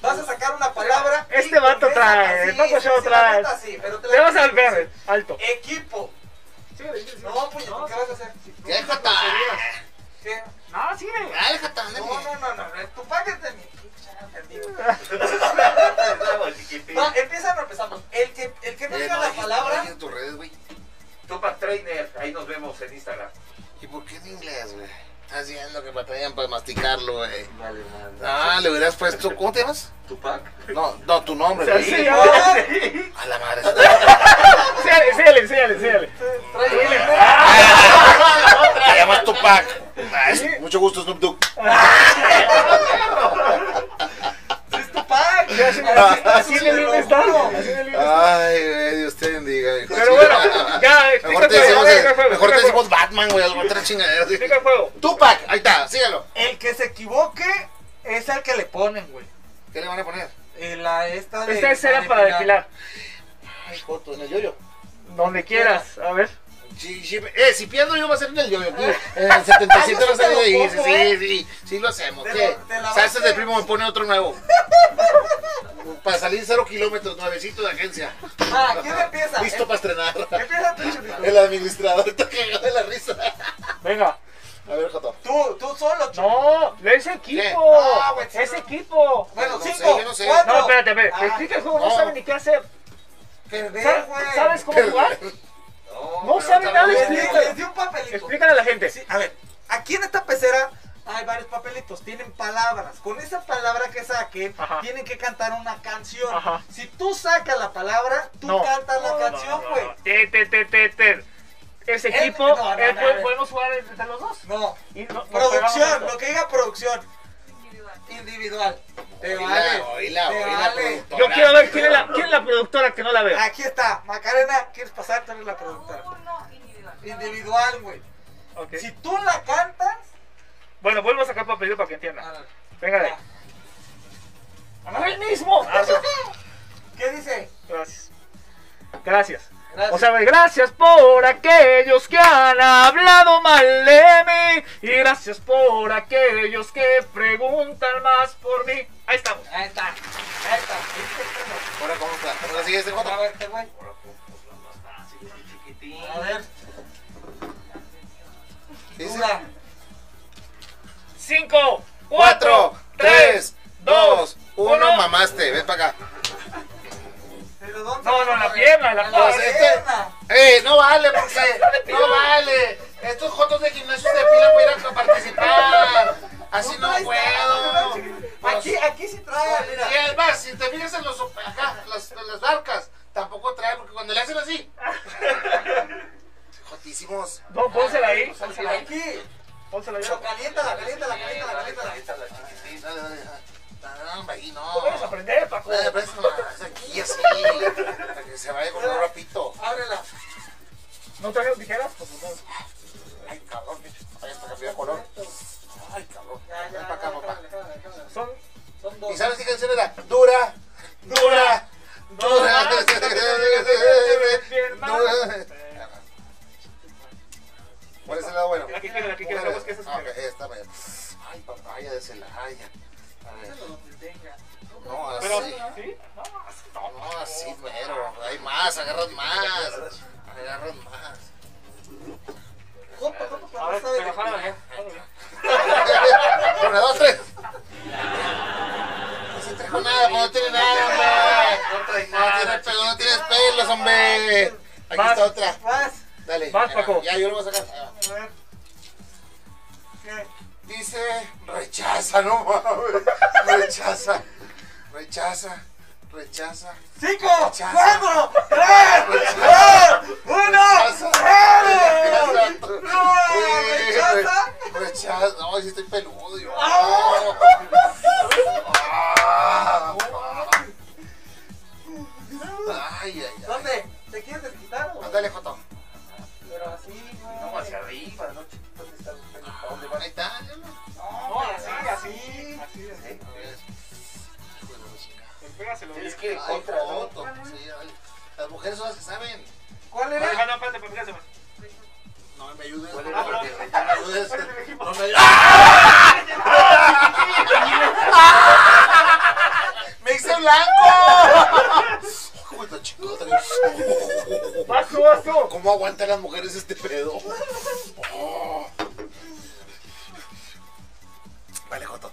Speaker 1: Vas a sacar una palabra. y
Speaker 2: Este vato
Speaker 1: con esa-
Speaker 2: trae,
Speaker 1: sí,
Speaker 2: el Paco
Speaker 1: sí,
Speaker 2: Show
Speaker 1: sí, la
Speaker 2: trae.
Speaker 1: neta sí, pero te la-
Speaker 2: Te vas a ver, alto.
Speaker 1: Equipo. No, puño, ¿qué vas a hacer?
Speaker 3: ¿Qué, Joto?
Speaker 1: ¿Qué?
Speaker 2: No, sí.
Speaker 3: Ay, Joto, ándale.
Speaker 1: No, no, no, no. Tú pagues de mi
Speaker 8: Bravo, chiquitín.
Speaker 1: No, empieza o empezamos. El que, el que no
Speaker 3: Eh,
Speaker 1: diga
Speaker 3: no
Speaker 1: la
Speaker 3: dijiste- no
Speaker 1: palabra.
Speaker 3: dijiste tus redes, güey.
Speaker 8: Tupac Trainer, ahí nos vemos en Instagram.
Speaker 3: ¿Y por qué en inglés, güey? Estás diciendo que batallan para masticarlo, güey. Ah, le hubieras puesto. ¿Cómo te llamas?
Speaker 8: Tupac.
Speaker 3: No, no, tu nombre,
Speaker 2: Sí,
Speaker 3: güey.
Speaker 2: sí,
Speaker 3: A la madre.
Speaker 2: Enséñale, enséñale, enséñale, enséñale.
Speaker 3: Te llamas Tupac. Ah, es- Mucho gusto, Snoop Dogg.
Speaker 1: Es tu pack.
Speaker 2: Así de bien está. así de bien está.
Speaker 3: Ay, güey, Dios te bendiga, hijo.
Speaker 2: Pero bueno, ya,
Speaker 3: Mejor
Speaker 2: explícate.
Speaker 3: te decimos,
Speaker 2: explica el juego,
Speaker 3: mejor te
Speaker 2: explica el
Speaker 3: decimos
Speaker 2: juego.
Speaker 3: Batman, güey, algo otra chingadera. así.
Speaker 2: Explica el juego.
Speaker 3: Tupac, ahí está, sígalo.
Speaker 1: El que se equivoque es el que le ponen, güey.
Speaker 3: ¿Qué le van a poner?
Speaker 1: Eh, La esta de.
Speaker 2: Esta es
Speaker 1: la
Speaker 2: era
Speaker 1: de
Speaker 2: Este para depilar.
Speaker 3: Ay, Joto, en el yoyo.
Speaker 2: Donde quieras. A ver.
Speaker 3: Sí, sí, eh, si pierdo yo va a ser en el yoyo. aquí. En el 77 va a ser de ahí. Sí, sí, sí, sí lo hacemos.
Speaker 1: Te
Speaker 3: ¿Qué?
Speaker 1: lo- te la
Speaker 3: Salsas
Speaker 1: vas a-
Speaker 3: de primo me pone otro nuevo. Para salir cero kilómetros, nuevecito de agencia.
Speaker 1: Ah, ¿quién empieza? Em,
Speaker 3: Listo para estrenar.
Speaker 1: Empieza tú, Chulito.
Speaker 3: El administrador está cagado de la risa.
Speaker 2: Venga.
Speaker 3: A ver, Joto.
Speaker 1: Tú, tú solo, Chulito.
Speaker 2: No, es equipo.
Speaker 1: No, güey,
Speaker 2: Es
Speaker 1: no.
Speaker 2: equipo.
Speaker 1: Bueno,
Speaker 3: No sé,
Speaker 1: cinco,
Speaker 3: yo no sé.
Speaker 1: cuatro.
Speaker 2: No, espérate, espérate.
Speaker 1: Ah,
Speaker 2: Explica el juego, no
Speaker 3: no.
Speaker 2: saben ni qué hacer.
Speaker 1: Perder,
Speaker 2: ¿Sabes-
Speaker 1: güey.
Speaker 2: ¿Sabes cómo jugar? No sabe
Speaker 1: Les
Speaker 2: nada,
Speaker 1: di- les
Speaker 2: explícale.
Speaker 1: di un papelito.
Speaker 2: Explícale a la gente.
Speaker 1: Sí, a ver, aquí en esta pecera hay varios papelitos, tienen palabras. Con esa palabra que saquen,
Speaker 2: Ajá.
Speaker 1: tienen que cantar una canción.
Speaker 2: Ajá.
Speaker 1: Si tú sacas la palabra, tú
Speaker 2: No.
Speaker 1: cantas la
Speaker 2: No,
Speaker 1: canción,
Speaker 2: no,
Speaker 1: güey.
Speaker 2: no. Te, te, te, te, te. Ese
Speaker 1: Eh,
Speaker 2: equipo,
Speaker 1: no, no,
Speaker 2: eh,
Speaker 1: no,
Speaker 2: pues,
Speaker 1: no.
Speaker 2: podemos jugar entre los dos.
Speaker 1: No.
Speaker 2: Y no- nos pegamos
Speaker 1: Producción,
Speaker 2: esto.
Speaker 1: lo que diga producción. Individual. Te
Speaker 3: Oíla,
Speaker 1: vale.
Speaker 3: oíla,
Speaker 1: te
Speaker 3: oíla,
Speaker 1: vale.
Speaker 3: productora.
Speaker 2: Yo quiero ver quién es, la, quién es la productora que no la veo.
Speaker 1: Aquí está, Macarena, ¿quieres pasar? Tú eres la productora. Individual, güey.
Speaker 2: Ok.
Speaker 1: Si tú la cantas.
Speaker 2: Bueno, vuelvo a sacar papelito para que entienda.
Speaker 1: ándale.
Speaker 2: Venga de ahí.
Speaker 1: ah.
Speaker 2: ¡Ah, el mismo! Ah, sí.
Speaker 1: ¿Qué dice?
Speaker 2: Gracias. Gracias.
Speaker 1: Gracias.
Speaker 2: O sea, gracias por aquellos que han hablado mal de mí. Y gracias por aquellos que preguntan más por mí. Ahí estamos.
Speaker 1: Ahí está. Ahí está.
Speaker 3: Ahora, ¿cómo está? Ahora sigue este Joto.
Speaker 1: A ver, te voy. A ver,
Speaker 3: ¿Qué dice?
Speaker 1: duda.
Speaker 2: 5, 4,
Speaker 3: Cuatro,
Speaker 2: 3,
Speaker 3: tres,
Speaker 2: 2,
Speaker 3: dos, uno,
Speaker 2: 1.
Speaker 3: mamaste. Ven para acá.
Speaker 1: ¿Pero dónde?
Speaker 2: No, no, la pierna, la
Speaker 1: En
Speaker 2: pierna.
Speaker 1: pierna.
Speaker 3: ¡Eh! ¡No vale, porque! ¡No vale! Estos jotos de gimnasio se pilan para ir a participar. Así no
Speaker 1: traes nada,
Speaker 3: puedo.
Speaker 1: no traes- Aquí, aquí sí trae, mira.
Speaker 3: Y es más, si te fijas en los, acá, las, en las barcas, tampoco trae, porque cuando le hacen así. Jotísimos.
Speaker 2: No, pónsela ahí. Pónsela ahí.
Speaker 1: Aquí.
Speaker 2: Pónsela ahí.
Speaker 1: Pero caliéntala, caliéntala, caliéntala, caliéntala.
Speaker 3: Sí, no, no, no, no, hombre, ahí no.
Speaker 2: ¿Cómo vas a aprender, Paco?
Speaker 3: Eh, pero es más, aquí así, para que se vaya con un rapito.
Speaker 1: Ábrela.
Speaker 2: ¿No trajeron tijeras? Pues, no.
Speaker 3: Ay, cabrón, vaya para cambiar de color. Ay, cabrón,
Speaker 1: Ya,
Speaker 3: ven
Speaker 1: ya,
Speaker 3: para acá, papá.
Speaker 2: Son
Speaker 1: Son
Speaker 3: ¿Y
Speaker 1: dos.
Speaker 3: sabes qué canción era? Dura, dura, dura, dura,
Speaker 2: esa es
Speaker 3: Ah, ok,
Speaker 2: primera.
Speaker 3: esta vez. Ay, papaya de Celaya. A ver. No,
Speaker 2: Pero,
Speaker 3: así.
Speaker 2: ¿sí? No, así no.
Speaker 3: No, así mero. Hay más, agarran más. Agarran más.
Speaker 1: Compa, compa,
Speaker 2: A
Speaker 1: pero no
Speaker 2: ver,
Speaker 1: sabe
Speaker 2: pero
Speaker 1: de-
Speaker 2: jálame bien, jálame bien.
Speaker 3: Una, dos, tres. No se trajo nada, pues, no tiene nada, hombre.
Speaker 8: No trae
Speaker 3: No
Speaker 8: nada.
Speaker 3: tienes pelo, no tienes pelos, hombre. Aquí está otra.
Speaker 1: Más.
Speaker 3: Dale.
Speaker 2: Vas,
Speaker 3: ahí va.
Speaker 2: Paco.
Speaker 3: Ya, yo lo voy a sacar. Ahí va.
Speaker 1: A ver. ¿Qué?
Speaker 3: Dice, rechaza, no mames. Rechaza. Rechaza. Rechaza.
Speaker 1: ¡Cinco!
Speaker 3: Rechaza.
Speaker 1: ¡Cuatro! ¡Tres! ¡Dos! ¡Uno! ¡Cero!
Speaker 3: Rechaza.
Speaker 1: ¡Eh! ¡No!
Speaker 3: Eh,
Speaker 1: ¡Rechaza!
Speaker 3: re- Rechaza. No, sí estoy peludo yo.
Speaker 1: Ah.
Speaker 3: Ah. Ay, ay, ay.
Speaker 1: ¿Dónde? ¿Te quieres desquitar o?
Speaker 3: Ándale, Joto.
Speaker 1: Pero así, güey.
Speaker 8: No, hacia arriba, no chiquitos, estás ¿Para dónde vas?
Speaker 3: Ahí está, ya no.
Speaker 2: No, así, así.
Speaker 1: así.
Speaker 2: Así, así.
Speaker 3: A ver. Hijo de la chica.
Speaker 2: Pégaselo bien.
Speaker 8: Tienes que ir
Speaker 3: Ay,
Speaker 8: contra, ¿no?
Speaker 3: Joto. Sí, ay. Las mujeres son las que saben.
Speaker 1: ¿Cuál
Speaker 2: No,
Speaker 1: era?
Speaker 2: Ah, no, espérate, pero pégaselo.
Speaker 3: No me ayudes.
Speaker 8: ¿Cuál
Speaker 3: No
Speaker 8: es
Speaker 3: me
Speaker 8: la
Speaker 3: ayudes.
Speaker 8: que-
Speaker 3: No me ¡Ah! ¡Me hice blanco! Uy, la chingada.
Speaker 2: Vas tú, vas tú.
Speaker 3: ¿Cómo aguantan las mujeres este pedo? Oh. Vale, Joto.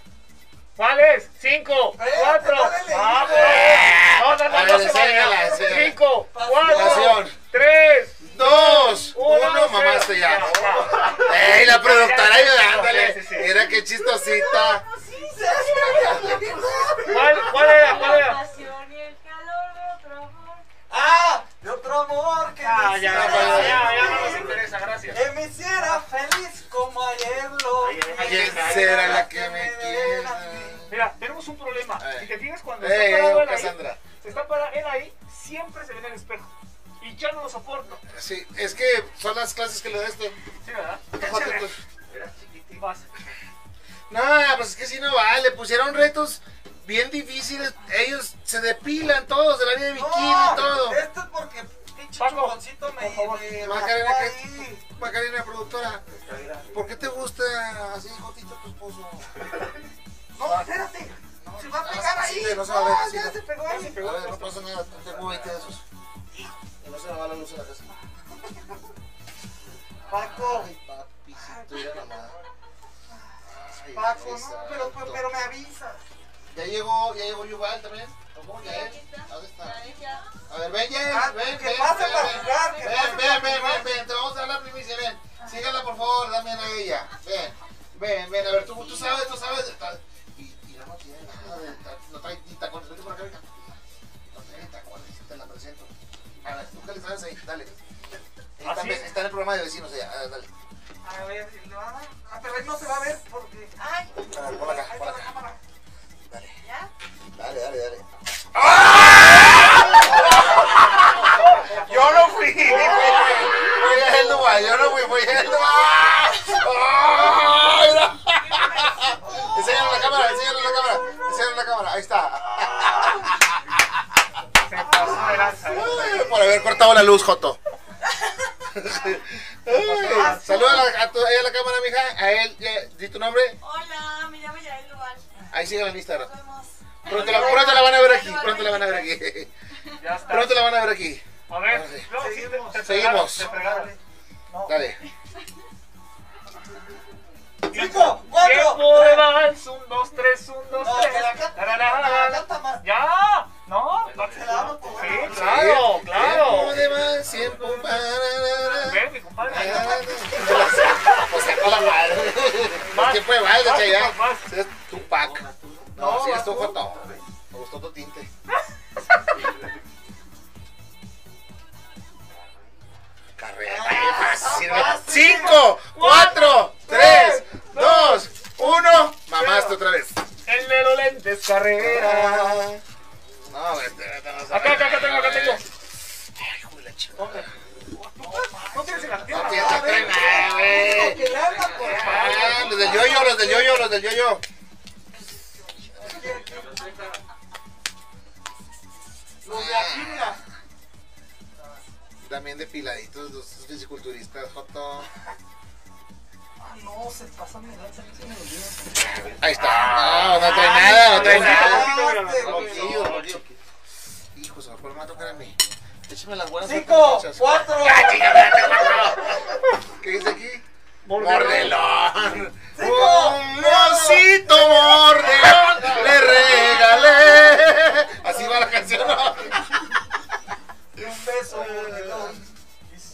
Speaker 2: ¿Cuál es? Cinco,
Speaker 1: Espérate,
Speaker 2: cuatro.
Speaker 1: dale,
Speaker 2: ¡Vamos! No, no,
Speaker 3: A
Speaker 2: no,
Speaker 3: ver,
Speaker 2: no se
Speaker 3: enséñala,
Speaker 2: vaya.
Speaker 3: enséñala.
Speaker 2: Cinco, cuatro,
Speaker 3: Pasión.
Speaker 2: tres,
Speaker 3: Dos,
Speaker 2: uno.
Speaker 3: uno,
Speaker 2: cero.
Speaker 3: Oh, mamaste ya.
Speaker 2: Ya, ya.
Speaker 3: ¡Ey, la productora
Speaker 2: Sí,
Speaker 3: ayudándole!
Speaker 2: sí, sí.
Speaker 3: Mira qué chistosita.
Speaker 2: ¿Cuál, cuál era? ¿Cuál era?
Speaker 9: pasión y el calor de otro amor.
Speaker 1: ¡Ah! De otro amor que
Speaker 2: Ah,
Speaker 1: me
Speaker 2: ya,
Speaker 1: hiciera
Speaker 2: ya, ya, ya no
Speaker 1: feliz.
Speaker 2: nos interesa, gracias.
Speaker 1: Que me hiciera feliz como ayer lo
Speaker 2: Ayer,
Speaker 1: fui.
Speaker 3: ¿Quién será la que me quiera?
Speaker 2: Mira, tenemos un problema.
Speaker 3: Eh.
Speaker 2: Si te fijas, cuando
Speaker 3: Ey,
Speaker 2: está
Speaker 3: ey,
Speaker 2: parado él ahí,
Speaker 3: Cassandra.
Speaker 2: se está parado él ahí, siempre se ve en el espejo. Y yo no lo soporto.
Speaker 3: Sí, es que son las clases que le da este.
Speaker 2: ¿Sí, verdad?
Speaker 3: Joto,
Speaker 2: Échale.
Speaker 3: pues.
Speaker 2: Vas.
Speaker 3: No, pues es que si no vale, pusieron retos bien difíciles. Ellos se depilan todos del área de bikini y todo.
Speaker 1: Esto es porque pinche
Speaker 2: Paco,
Speaker 1: chuponcito me,
Speaker 2: por favor.
Speaker 1: me
Speaker 3: Macarena,
Speaker 1: rajó
Speaker 3: ¿qué?
Speaker 1: ahí.
Speaker 3: Macarena, productora, ¿por qué te gusta así, Jotito, tu esposo?
Speaker 1: No, espérate. Se va a pegar
Speaker 3: Ah,
Speaker 1: ahí.
Speaker 3: sí, no se va a ver,
Speaker 1: No,
Speaker 3: sí,
Speaker 1: ya
Speaker 3: no.
Speaker 1: se pegó
Speaker 3: A
Speaker 1: ahí.
Speaker 3: ver, no pasa nada, tengo 20 de esos. Y no se me va la luz en la casa.
Speaker 1: Paco,
Speaker 3: Ay, papi, si tuviera mamada. Ay,
Speaker 1: Paco,
Speaker 3: exacto.
Speaker 1: no, pero, pero, pero me avisas.
Speaker 3: Ya llegó, ya llegó Yuval también. ¿Cómo? ¿Ya él?
Speaker 9: Aquí está.
Speaker 3: ¿Dónde está?
Speaker 9: Ya dije, ah,
Speaker 3: A ver, ven, Jess,
Speaker 1: Ah,
Speaker 3: ven,
Speaker 1: que
Speaker 3: ven,
Speaker 1: pase
Speaker 3: ven,
Speaker 1: para
Speaker 3: ven.
Speaker 1: jugar, que
Speaker 3: ven,
Speaker 1: pase para
Speaker 3: ven, ven,
Speaker 1: jugar.
Speaker 3: ven, ven, te vamos a dar la primicia, ven. Sígala, por favor, también a ella. Ven, ven, ven, a ver, tú, tú sabes, tú sabes. de tal- Y, y no, no tiene nada, de tal- no trae ni tacones, vete por acá, venga. No trae ni tacones, te la presento. A ver, tú qué le sabes ahí, dale. Está,
Speaker 2: ¿Ah, sí?
Speaker 3: está en el programa de vecinos allá, a ver, dale.
Speaker 1: A ver, si no, ah, pero ahí no se va a ver porque. ¡Ay!
Speaker 3: A ver, Por acá,
Speaker 1: Ahí
Speaker 3: por
Speaker 1: está la
Speaker 3: acá.
Speaker 1: cámara.
Speaker 3: Dale,
Speaker 1: ¿Ya?
Speaker 3: dale, dale, dale.
Speaker 8: Yo no fui.
Speaker 3: Voy a el Dubai, yo no fui, voy a el Dubai. Enseñaron la cámara, enseñaron la cámara, enseñaron la cámara, ahí está.
Speaker 2: Se pasó de lanza. ¿eh?
Speaker 3: Ay, Por haber cortado la luz, Joto. Saluda a, la- a tu- ahí a la cámara, mija. A él, ya, di tu nombre.
Speaker 9: Hola, me llamo Yael Duval.
Speaker 3: Ahí síguela en Instagram.
Speaker 9: Nos vemos.
Speaker 3: Pronto la, pronto la van a ver aquí. Pronto la van a ver aquí.
Speaker 2: Ya está.
Speaker 3: Pronto la van a ver aquí.
Speaker 2: A ver, no, sí, te- te fregaron,
Speaker 3: Seguimos.
Speaker 2: te fregaron.
Speaker 3: Dale.
Speaker 1: ¡Cinco! ¡Cuatro!
Speaker 2: Tiempo de
Speaker 1: tres.
Speaker 2: avance, un, dos, tres, un, dos,
Speaker 1: No,
Speaker 2: tres.
Speaker 1: que la canta-
Speaker 2: La, la, la, la, la.
Speaker 1: la canta más.
Speaker 2: Ya, no,
Speaker 1: Se la damos por
Speaker 2: Sí,
Speaker 1: buena.
Speaker 2: claro,
Speaker 3: Tiempo
Speaker 2: claro.
Speaker 3: de más, tiempo para-
Speaker 2: Ven, mi compadre.
Speaker 3: Pues sacó la madre.
Speaker 2: Vas,
Speaker 3: ¿Qué fue mal de
Speaker 2: vas,
Speaker 3: Chayanne?
Speaker 2: vas.
Speaker 3: Es Tupac. No,
Speaker 1: No,
Speaker 3: sí,
Speaker 1: vas
Speaker 3: es tu
Speaker 1: tú.
Speaker 3: foto. Me gustó tu tinte. Carrera. Ay, fácil.
Speaker 1: fácil.
Speaker 3: Cinco, cuatro, tres, dos, uno. Mamaste otra vez.
Speaker 2: El de los lentes, carrera.
Speaker 3: No, vete, vete, no se
Speaker 2: Acá, acá,
Speaker 3: vaya,
Speaker 2: acá tengo, acá tengo.
Speaker 3: Ay, hijo de la chingada.
Speaker 2: No tienes en la
Speaker 3: No
Speaker 2: pierna.
Speaker 3: tienes otra nada, güey.
Speaker 1: Que le haga por
Speaker 3: Ah, los del yoyo, los del yoyo, los del yoyo.
Speaker 1: Los de aquí, mira.
Speaker 3: También depiladitos los fisiculturistas, Joto.
Speaker 1: Ay, no, se pasó mi lanza.
Speaker 3: Ahí está. No, no trae nada, no trae
Speaker 1: Ay,
Speaker 3: nada.
Speaker 1: espérate, güey.
Speaker 3: Poquillo, poquillo. Hijo, se me fue el mato, espérame. Échame las buenas.
Speaker 1: Cinco,
Speaker 3: muchachas.
Speaker 1: cuatro.
Speaker 3: ¿Qué dice aquí?
Speaker 2: Mordelón.
Speaker 3: Mordelón.
Speaker 1: Cinco,
Speaker 3: Un osito mordelón le regalé. Así va la canción. ¿no?
Speaker 1: Y un beso, mordelón.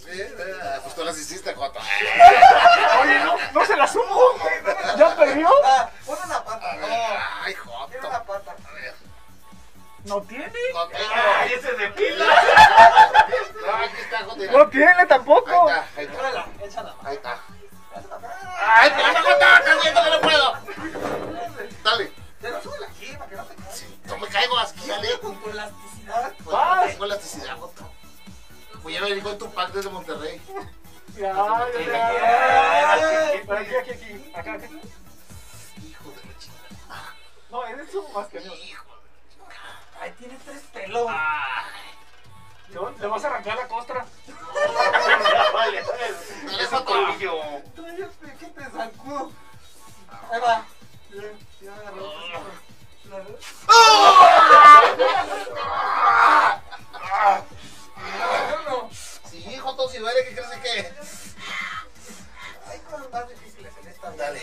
Speaker 3: Ah, Pues tú las hiciste, Joto.
Speaker 2: Oye, no, no se la sumo. ¿Ya perdió?
Speaker 1: Ah, pon una pata. No,
Speaker 3: Ay,
Speaker 1: quiero
Speaker 3: Joto.
Speaker 1: una pata.
Speaker 2: No tiene.
Speaker 3: Joto.
Speaker 8: ¡Ay, ese es de pila!
Speaker 3: No, aquí está, Joto. Ahí
Speaker 2: No tiene tampoco.
Speaker 3: está, ahí está.
Speaker 1: Échala, échala.
Speaker 3: Ahí está.
Speaker 1: Échala.
Speaker 3: ¡Ay, te vas a contar! ¡Estás viendo que no puedo! Dale.
Speaker 1: Pero súbela aquí para que no te caigas.
Speaker 3: No me caigo aquí, dale.
Speaker 1: Con tu elasticidad.
Speaker 3: Pues no tengo elasticidad, Joto. Pues ya me dijo en tu pack desde Monterrey.
Speaker 2: Ya, ya, ya.
Speaker 1: Ay,
Speaker 2: Aquí, aquí, aquí. Acá, acá.
Speaker 3: Hijo de la chingada.
Speaker 2: No, eres un más que
Speaker 3: Hijo
Speaker 1: Ahí tiene tres pelos.
Speaker 2: no. Te vas a arrancar la costra.
Speaker 8: Vale,
Speaker 3: de
Speaker 8: es un
Speaker 3: Joto.
Speaker 8: colmillo.
Speaker 1: Cállate, que te sacudo. Ahí va. Ya, ya agarró. No, no.
Speaker 3: Sí, Joto, si duele, ¿qué crees que?
Speaker 1: Hay cosas más difíciles en esta vida.
Speaker 3: Dale.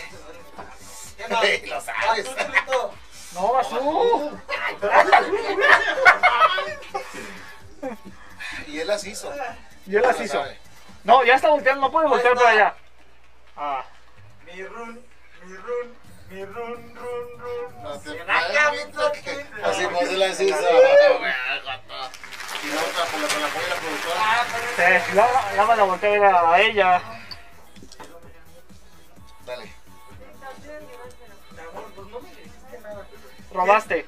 Speaker 1: ¿Qué más?
Speaker 3: Ey, lo sabes.
Speaker 1: Vas tú, Chulito.
Speaker 2: No, vas tú.
Speaker 3: Y él las hizo.
Speaker 2: Yo las
Speaker 3: Lo
Speaker 2: hizo.
Speaker 3: sabe.
Speaker 2: No, ya está volteando. No puede voltear para allá. Ah.
Speaker 1: Mi run, mi run, mi run, run, run.
Speaker 3: No te
Speaker 1: Acá, mi
Speaker 3: que Así no se Ah, las hizo. Y no, con la, con la apoyo de la productora.
Speaker 2: Eh, la, la van a voltear a ver a ella.
Speaker 3: Dale.
Speaker 2: Robaste.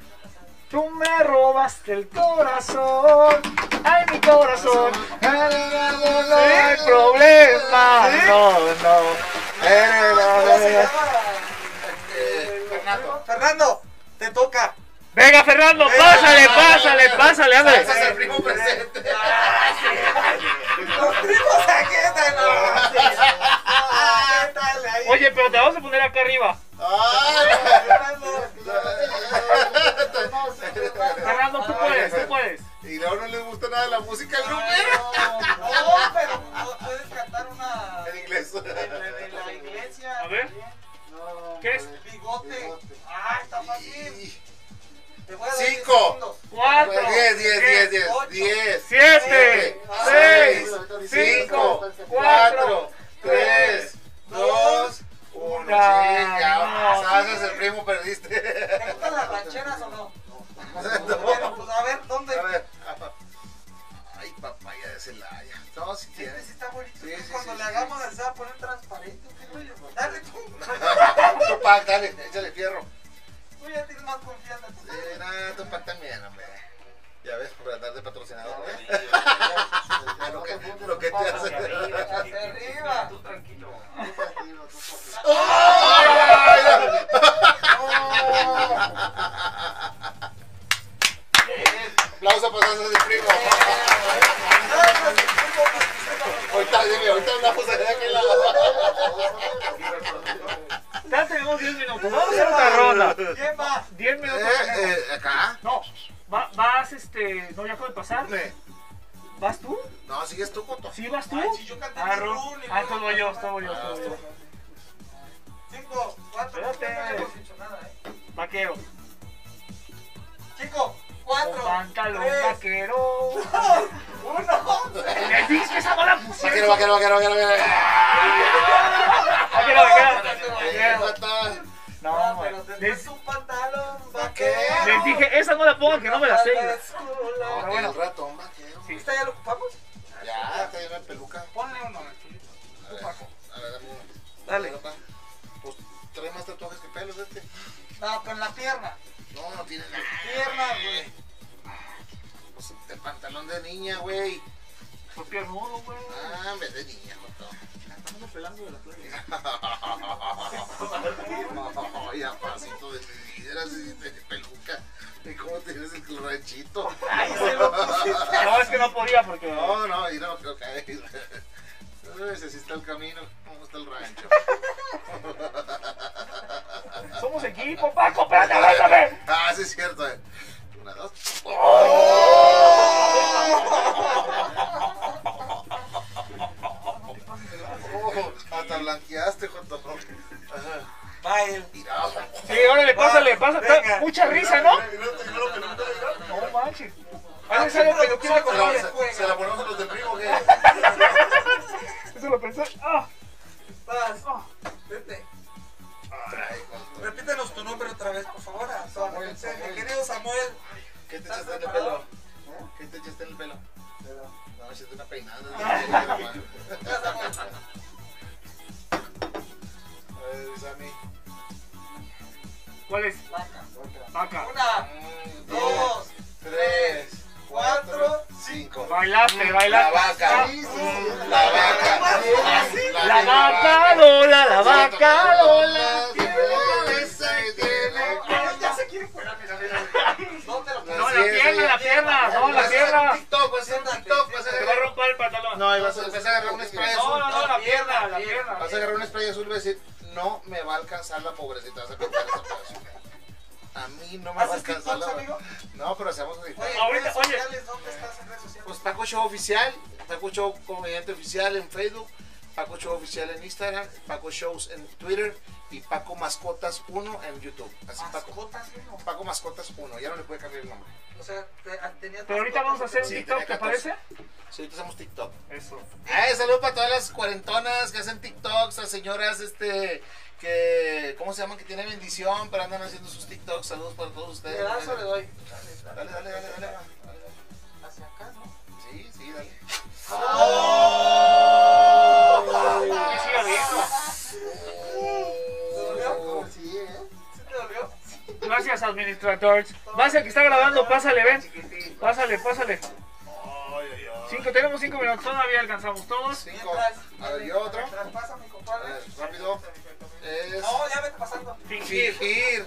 Speaker 2: Tú me robaste el corazón. Ay, mi corazón. No hay problema. No, no.
Speaker 1: ¿Cómo se llama?
Speaker 3: Eh, Fernando.
Speaker 1: Fernando, te toca.
Speaker 2: Venga, Fernando, pásale, pásale, pásale, ándale.
Speaker 3: Ese es el primo presente.
Speaker 1: Ah, Los primos aquí están. Ah, sí. Ah, ¿qué tal ahí?
Speaker 2: Oye, pero te vamos a poner acá arriba.
Speaker 3: Ay,
Speaker 2: Fernando, tú puedes, tú puedes.
Speaker 3: Y luego no les gusta nada la música grupera.
Speaker 1: No, pero no puedes cantar una
Speaker 3: En inglés.
Speaker 1: de la iglesia.
Speaker 2: A ver.
Speaker 1: No,
Speaker 2: ¿Qué es?
Speaker 1: Bigote. Ah, está fácil. Te voy a dar diez
Speaker 3: Cinco.
Speaker 1: segundos.
Speaker 2: Cuatro.
Speaker 5: Pues
Speaker 3: 10, 10, 10, 10.
Speaker 1: ocho,
Speaker 3: 10.
Speaker 2: Siete.
Speaker 3: Ah,
Speaker 2: Seis.
Speaker 3: 5,
Speaker 2: cuatro,
Speaker 3: 4, 3, 2, 1.
Speaker 2: Ah, no.
Speaker 3: Sabes, el primo perdiste.
Speaker 1: ¿Te gustan las rancheras o no? Bueno,
Speaker 3: No.
Speaker 1: pues a ver, ¿dónde?
Speaker 3: A ver. Ay, papaya de Celaya. No, si
Speaker 1: Este
Speaker 3: quieres.
Speaker 1: sí está bonito.
Speaker 3: Sí, sí,
Speaker 1: Cuando
Speaker 3: sí,
Speaker 1: le
Speaker 3: sí.
Speaker 1: hagamos el se va a poner transparente. ¿Qué rollo? Dale tú.
Speaker 3: Tupac, dale, échale fierro.
Speaker 1: Tú ya tienes más confianza. tú.
Speaker 3: Eh, nada, Tupac también, hombre. Ya ves, por andar de patrocinador. ¿eh? Lo que, lo que te hace.
Speaker 1: Hacia arriba.
Speaker 8: Tú tranquilo.
Speaker 3: ¡Ay, no! Aplauso para esos de primo. Ahorita, dime, ahorita andamos allá de aquel lado.
Speaker 2: Ya tenemos 10 minutos. Vamos a hacer otra ronda.
Speaker 1: ¿Quién va?
Speaker 2: 10 minutos. tenemos.
Speaker 3: Eh, eh, ¿Acá?
Speaker 2: No, va- vas este. No, ya puede pasar.
Speaker 3: Eh,
Speaker 2: ¿Vas tú?
Speaker 3: No, sigues tú, Coto.
Speaker 2: ¿Sí vas tú?
Speaker 1: Ay, si yo canté
Speaker 2: Ah,
Speaker 1: mi
Speaker 2: Ru-
Speaker 1: run y
Speaker 2: ah,
Speaker 1: todo.
Speaker 2: todo yo, todo yo, todo yo.
Speaker 1: Cinco, cuatro.
Speaker 2: Espérate.
Speaker 1: No hemos dicho nada, ¿eh?
Speaker 2: Vaquero.
Speaker 1: Cinco,
Speaker 2: Un
Speaker 1: cuatro.
Speaker 2: pantalón
Speaker 1: tres,
Speaker 2: vaquero.
Speaker 1: dos, uno.
Speaker 2: Les dije que esa mala pusieron.
Speaker 3: Vaquero, vaquero, vaquero, vaquero, vaquero.
Speaker 2: Vaquero, vaquero.
Speaker 3: Eh,
Speaker 2: Vaquero.
Speaker 3: Coto.
Speaker 1: Ah,
Speaker 2: No,
Speaker 1: pero
Speaker 2: güey.
Speaker 1: te
Speaker 2: les,
Speaker 1: puso un pantalón
Speaker 3: Vaquero.
Speaker 1: vaquero.
Speaker 2: les dije, esa no la pongan, que no me la sé.
Speaker 1: Ahora,
Speaker 3: Bueno,
Speaker 1: bueno.
Speaker 3: el ratón, vaquero.
Speaker 2: Sí.
Speaker 1: ¿Esta ya lo ocupamos?
Speaker 3: Ya, te dieron peluca.
Speaker 1: Ponle uno, chulito.
Speaker 3: A ver, a ver, dame uno.
Speaker 1: Dale.
Speaker 3: Papá, Pues trae más tatuajes que pelos este.
Speaker 1: No, con la pierna.
Speaker 3: No, no tiene nada.
Speaker 1: Pierna, güey.
Speaker 3: Pues el pantalón de niña, güey.
Speaker 2: Fue piernudo, güey.
Speaker 3: Ah, en vez de niña, Joto. No, ya pasito de mi vida, así de peluca. ¿Y cómo tienes el ranchito?
Speaker 1: Ahí se lo pusiste.
Speaker 2: No, es que no podía porque.
Speaker 3: No, no, y no creo que hay. veces si está el camino, cómo está el rancho.
Speaker 2: Somos equipo, Paco, espérate, ¡Oh! abrázame.
Speaker 3: Ah, sí es cierto. eh. Una, dos. Oh, hasta blanqueaste, Joto. Ajá.
Speaker 1: Va él.
Speaker 3: Mira,
Speaker 2: Sí, órale, pásale, pásale.
Speaker 1: Venga.
Speaker 2: Mucha risa, ¿no?
Speaker 3: mira, mira, mira, mira, mira.
Speaker 2: No manches. Ah, Ahora sale el peluquín de
Speaker 3: Se la-
Speaker 2: colores.
Speaker 3: se- Se la ponemos a los de primo, ¿qué?
Speaker 2: Eso lo pensé. Ah,
Speaker 1: Vas.
Speaker 2: ah.
Speaker 1: Vete.
Speaker 3: Ay, Joto.
Speaker 1: Repítenos tu nombre otra vez, por favor. a Samuel.
Speaker 3: Samuel, Samuel.
Speaker 1: Querido Samuel.
Speaker 3: ¿Qué te echaste en el pelo? ¿Eh? ¿Qué te echaste en el pelo? No, echaste una peinada.
Speaker 1: Ya, Samuel.
Speaker 3: Ay, Sammy.
Speaker 2: ¿Cuál es? Vaca.
Speaker 1: Una,
Speaker 3: Mm,
Speaker 1: dos, tres, cuatro.
Speaker 3: cinco.
Speaker 2: Bailaste,
Speaker 3: La
Speaker 2: bailaste.
Speaker 3: vaca.
Speaker 2: Mm.
Speaker 3: La vaca.
Speaker 2: La vaca Lola, la vaca Lola.
Speaker 3: Tiene cabeza y tiene
Speaker 1: Ay, eh, Ah, ya se quiere fuera, mira, mira, mira. ¿Dónde lo
Speaker 2: No,
Speaker 3: Así
Speaker 2: la
Speaker 3: es,
Speaker 2: pierna,
Speaker 3: sí.
Speaker 2: la pierna, no,
Speaker 3: Vas a
Speaker 2: la
Speaker 3: hacer
Speaker 2: pierna.
Speaker 3: TikTok, vas a hacer TikTok, vas
Speaker 2: Te
Speaker 3: a
Speaker 2: va a
Speaker 3: agarrar.
Speaker 2: romper el pantalón.
Speaker 3: No, y vas a vas a agarrar un spray
Speaker 2: No,
Speaker 3: azul.
Speaker 2: no, no, la pierna, la pierna.
Speaker 3: Vas a agarrar un spray azul y vas a decir, no me va a alcanzar la pobrecita. Vas a pintar esa pobrecita. A mí no me va a
Speaker 1: ¿Haces
Speaker 3: alcanzar
Speaker 1: TikToks,
Speaker 3: la.
Speaker 1: amigo?
Speaker 3: No, pero hacemos un
Speaker 1: Oye,
Speaker 2: Ahorita,
Speaker 1: redes
Speaker 2: oye.
Speaker 1: sociales, ¿dónde estás en redes sociales?
Speaker 3: Pues Paco Show Oficial, Paco Show Comediante Oficial en Facebook, Paco Show Oficial en Instagram, Paco Shows en Twitter y Paco Mascotas 1 en YouTube. Así Paco,
Speaker 1: Mascotas, ¿no?
Speaker 3: Paco Mascotas 1, ya no le puede cambiar el nombre.
Speaker 1: O sea, te- ah, tenías
Speaker 2: Pero ahorita vamos a hacer un
Speaker 3: Sí,
Speaker 2: TikTok, ¿te
Speaker 3: tenía
Speaker 2: parece?
Speaker 3: Sí, ahorita hacemos TikTok.
Speaker 2: Eso.
Speaker 3: Ay, saludos para todas las cuarentonas que hacen TikToks, las señoras este que ¿cómo se llaman? que tienen bendición, pero andan haciendo sus TikToks. Saludos para todos
Speaker 1: ¿Le
Speaker 3: ustedes.
Speaker 1: das o le doy?
Speaker 3: Dale, dale, dale, dale. dale.
Speaker 1: Hacia acá, ¿no?
Speaker 3: Sí, sí, dale.
Speaker 2: Sí, sí, abierto.
Speaker 1: dolió?
Speaker 3: Sí, eh.
Speaker 1: ¿Sí te dolió?
Speaker 2: Gracias, administradores. Vas a que está grabando, pásale, ven. Pásale, pásale. Cinco, tenemos cinco minutos, todavía alcanzamos todos.
Speaker 3: Cinco.
Speaker 1: Mientras-
Speaker 3: A ver, yo otro.
Speaker 1: mientras pasa mi compadre.
Speaker 3: A ver, rápido. Es
Speaker 1: No, ya vete pasando.
Speaker 2: Fingir.
Speaker 3: fingir.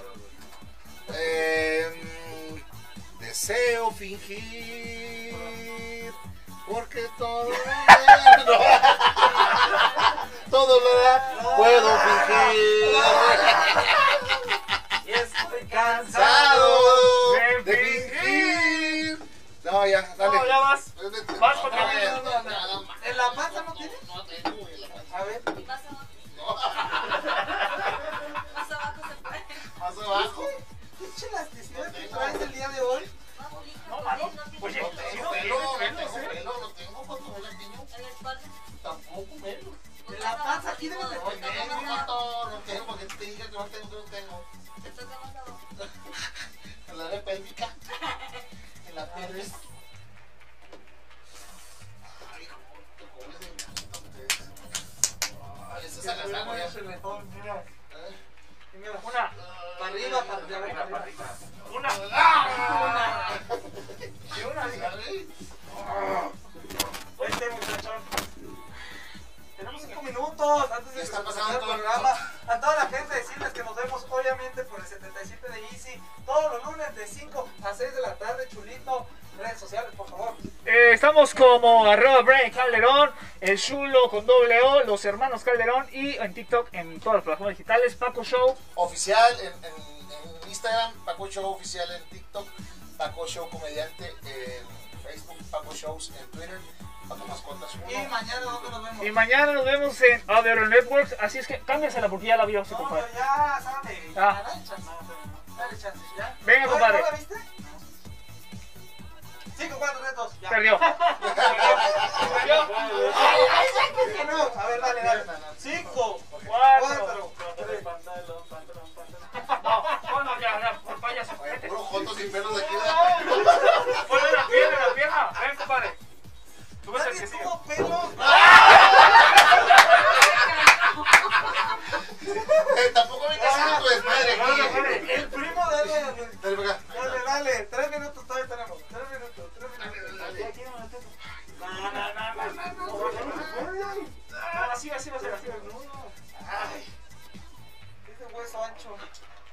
Speaker 3: Em, deseo fingir. Porque todo. No. Todo lo da. Puedo fingir.
Speaker 1: Y estoy cansado.
Speaker 3: Cansado de fingir. No, ya, dale.
Speaker 2: No, ya vas. Vas porque
Speaker 3: Otra vez.
Speaker 2: no,
Speaker 1: no, no, ¿En la panza no tiene?
Speaker 3: No tengo, güey, la panza.
Speaker 1: A ver.
Speaker 9: Más abajo. Más abajo se puede.
Speaker 3: Más abajo.
Speaker 1: Pinche elasticidad que traes el día de hoy.
Speaker 2: No, mano. Oye,
Speaker 3: No
Speaker 2: sí,
Speaker 3: tengo
Speaker 2: no,
Speaker 3: pelo,
Speaker 2: no, no,
Speaker 3: no tengo
Speaker 2: no,
Speaker 3: pelo, no tengo cuando me la tiño.
Speaker 9: En la espalda.
Speaker 3: Tampoco menos.
Speaker 1: En la panza aquí debes de
Speaker 3: No tengo, vato, no tengo, porque te dije que no tengo, no tengo.
Speaker 9: Te toca más abajo.
Speaker 3: En la área pélvica, en la pelvis. Ay, joder, cómo les encanta a ustedes. Ay, eso se las hago ya.
Speaker 1: Mira. Y mira, una
Speaker 2: Una,
Speaker 1: para arriba, para arriba, para arriba.
Speaker 2: una.
Speaker 3: ¡Ah!
Speaker 1: Y una, diga.
Speaker 3: Ay,
Speaker 1: Este muchachón. Tenemos cinco minutos antes de
Speaker 3: Ya
Speaker 1: que
Speaker 3: está
Speaker 1: se
Speaker 3: pasando
Speaker 1: termine el
Speaker 3: todo.
Speaker 1: programa. A toda la gente decirles que nos vemos obviamente por el 77 de Easy todos los lunes de 5 a 6 de la tarde, chulito. Redes sociales, por favor.
Speaker 2: Eh, estamos como arroba Brian Calderón, el chulo con doble O, los hermanos Calderón y en TikTok, en todas las plataformas digitales, Paco Show.
Speaker 3: Oficial en, en- en Instagram, Paco Show Oficial en TikTok, Paco Show Comediante en Facebook, Paco Shows en Twitter, Paco Mascotas
Speaker 1: Y
Speaker 3: 1.
Speaker 1: mañana, ¿dónde nos vemos?
Speaker 2: Y mañana nos vemos en Other Networks, así es que cámbiasela porque ya la vio, sí,
Speaker 1: No,
Speaker 2: compadre.
Speaker 1: pero ya, sabe.
Speaker 2: Ah.
Speaker 1: Ya, dale chance. Dale chance, ya.
Speaker 2: Venga,
Speaker 1: Ay,
Speaker 2: compadre.
Speaker 1: ¿No la viste? Cinco, cuatro, tres, dos, ya.
Speaker 2: Perdió.
Speaker 1: Ay, ay, ay, pues que no. A ver, dale, dale. Cinco,
Speaker 2: Cuatro.
Speaker 1: cuatro, tres.
Speaker 2: No, bueno, ya, ya, por payaso. Vete.
Speaker 3: Puro joto sin pelos de aquí. ¿verdad?
Speaker 2: Ponle la pierna, la pierna. Ven, compadre. Tú ves el
Speaker 1: Nadie
Speaker 2: que sigue.
Speaker 1: tuvo pelo.
Speaker 3: Eh, Tampoco vengas a tu desmadre aquí.
Speaker 1: Dale, El primo, dale.
Speaker 3: Dale para acá.
Speaker 1: Dale, dale. Tres minutos todavía tenemos. Tres minutos, tres
Speaker 3: Dale, dale.
Speaker 1: minutos.
Speaker 2: No, no, no, no, no, no, no, no. Así, así, así, así.
Speaker 1: Ay. Ese hueso ancho.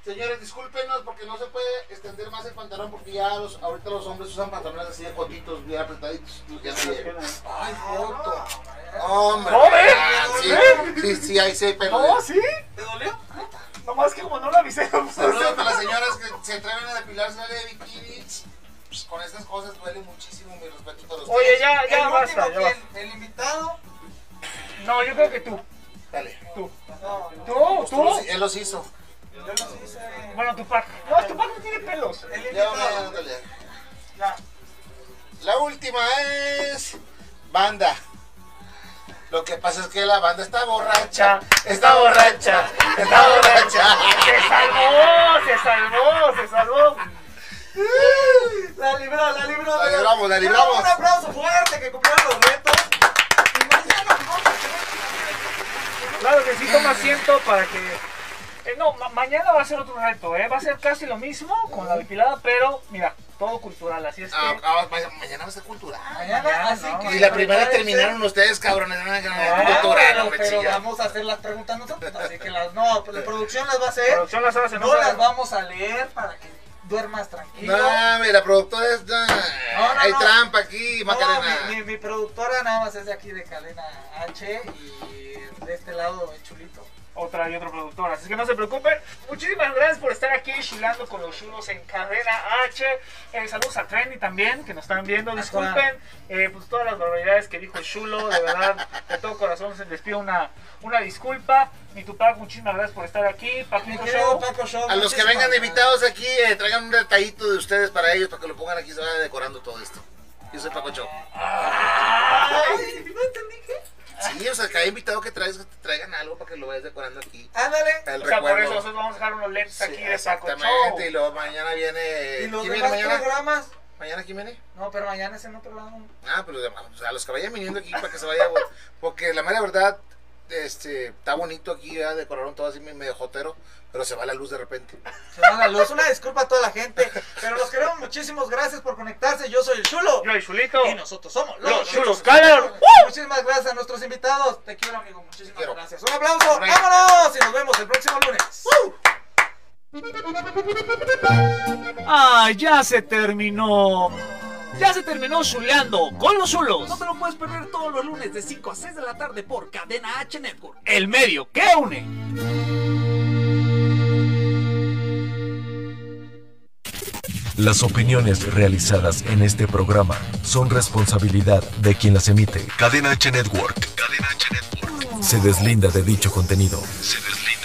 Speaker 3: Señores, discúlpenos porque no se puede extender más el pantalón porque ya los, ahorita los hombres usan pantalones así de cotitos, bien apretaditos. pues ya no llegan. Ay,
Speaker 1: No,
Speaker 3: joto.
Speaker 1: hombre.
Speaker 3: Hombre.
Speaker 2: No, ¿eh?
Speaker 3: ah, sí,
Speaker 2: ¿Eh?
Speaker 3: sí, sí, ahí sí, pero.
Speaker 2: No, ¿Ah, sí.
Speaker 1: ¿Te dolió?
Speaker 2: Nomás que como no lo avisé. pues,
Speaker 3: Saludos para las señoras que se atreven a depilarse de bikini. Con estas cosas duele muchísimo mi respeto para ustedes.
Speaker 2: Oye, ya, ya
Speaker 1: el
Speaker 2: basta.
Speaker 1: último,
Speaker 2: ya basta.
Speaker 1: ¿quién? ¿El invitado?
Speaker 2: No, yo creo que tú.
Speaker 3: Dale.
Speaker 2: Tú.
Speaker 1: No, no.
Speaker 2: Tú,
Speaker 3: Tú
Speaker 2: Pues tú.
Speaker 3: los- él los hizo.
Speaker 1: Yo los hice.
Speaker 2: Bueno, Tupac. No, es que Tupac no tiene pelos.
Speaker 1: El
Speaker 3: Ya, ya, ya,
Speaker 1: invitado.
Speaker 3: dale.
Speaker 1: Ya.
Speaker 3: La última es banda. Lo que pasa es que la banda está borracha. Está borracha. Está borracha.
Speaker 2: Se salvó, se salvó, se salvó.
Speaker 1: La libró, la libró.
Speaker 3: La libramos, la libramos.
Speaker 1: Un aplauso fuerte que cumplieron los retos. Y mañana vamos a tener-
Speaker 2: Claro que sí, toma asiento para que. Eh, no, ma- mañana va a ser otro reto, ¿eh? Va a ser casi lo mismo con la depilada, pero mira, todo cultural, así es que.
Speaker 3: Ah, ah, ma- mañana va a ser cultural.
Speaker 1: Mañana, así
Speaker 2: ¿no?
Speaker 1: que.
Speaker 3: Y la primera
Speaker 1: prepárense.
Speaker 3: terminaron ustedes, cabrones. No, no, no,
Speaker 1: Ah,
Speaker 3: Cultural,
Speaker 1: pero-
Speaker 3: hombre,
Speaker 1: pero
Speaker 3: chilla.
Speaker 1: vamos a hacer las preguntas nosotros. Así que las. No, pues, la producción las va a hacer.
Speaker 2: Producción las hace,
Speaker 1: No las
Speaker 2: sabe.
Speaker 1: vamos a leer para que duermas tranquilo.
Speaker 3: No, hombre, la productora es.
Speaker 1: no,
Speaker 3: hay
Speaker 1: no.
Speaker 3: trampa aquí,
Speaker 1: No,
Speaker 3: Macarena.
Speaker 1: mi, mi- mi productora nada más es de aquí de cadena H y de este lado es Chulito.
Speaker 2: otra y otro productor. Así que no se preocupen. Muchísimas gracias por estar aquí chilando con los chulos en Cadena H. Eh, saludos a Trendy también, que nos están viendo. Disculpen eh, pues todas las barbaridades que dijo el chulo. De verdad, de todo corazón se les pido una, una disculpa. Mi Tupac, muchísimas gracias por estar aquí.
Speaker 1: Mi
Speaker 2: Paquito
Speaker 1: querido
Speaker 2: Show.
Speaker 1: Paco Show.
Speaker 3: A los que
Speaker 1: muchísimas
Speaker 3: vengan
Speaker 1: gracias.
Speaker 3: invitados aquí, eh, traigan un detallito de ustedes para ellos, para que lo pongan aquí, se vaya decorando todo esto. Yo soy Paco Cho.
Speaker 1: Ay, no entendí qué.
Speaker 3: Sí, o sea, cada invitado que traes, que te traigan algo para que lo vayas decorando aquí.
Speaker 1: Ándale.
Speaker 3: El
Speaker 2: O sea, por eso
Speaker 3: recuerdo.
Speaker 2: nosotros vamos a dejar unos lentes
Speaker 3: Sí,
Speaker 2: aquí de Paco Show.
Speaker 3: exactamente, y luego mañana viene.
Speaker 1: Y los
Speaker 3: Eh, ¿Quién viene
Speaker 1: demás
Speaker 3: mañana?
Speaker 1: programas.
Speaker 3: ¿Mañana quién viene?
Speaker 1: No, pero mañana es en otro lado.
Speaker 3: Ah, pero de- o sea, a los que vayan viniendo aquí para que se vaya. bo- Porque la mera verdad, este, está bonito aquí, ya decoraron todo así medio jotero, pero se va la luz de repente.
Speaker 1: Se va la luz. Una disculpa a toda la gente. Pero los queremos muchísimas gracias por conectarse. Yo soy el Chulo.
Speaker 2: Yo y Chulito.
Speaker 1: Y nosotros somos
Speaker 2: Los
Speaker 1: los
Speaker 2: Chulos
Speaker 1: Callaron.
Speaker 2: Callaron.
Speaker 1: Muchísimas gracias a nuestros invitados. Te quiero, amigo. Muchísimas
Speaker 3: Quiero.
Speaker 1: gracias. Un aplauso.
Speaker 3: Bye.
Speaker 1: Vámonos. Y nos vemos el próximo lunes.
Speaker 4: ¡Ah, ya se terminó! Ya se terminó chuleando con los chulos. No te lo puedes perder todos los lunes de 5 a 6 de la tarde por Cadena H Network. El medio que une.
Speaker 5: Las opiniones realizadas en este programa son responsabilidad de quien las emite. Cadena H Network. Cadena H Network. Se deslinda de dicho contenido. Se deslinda.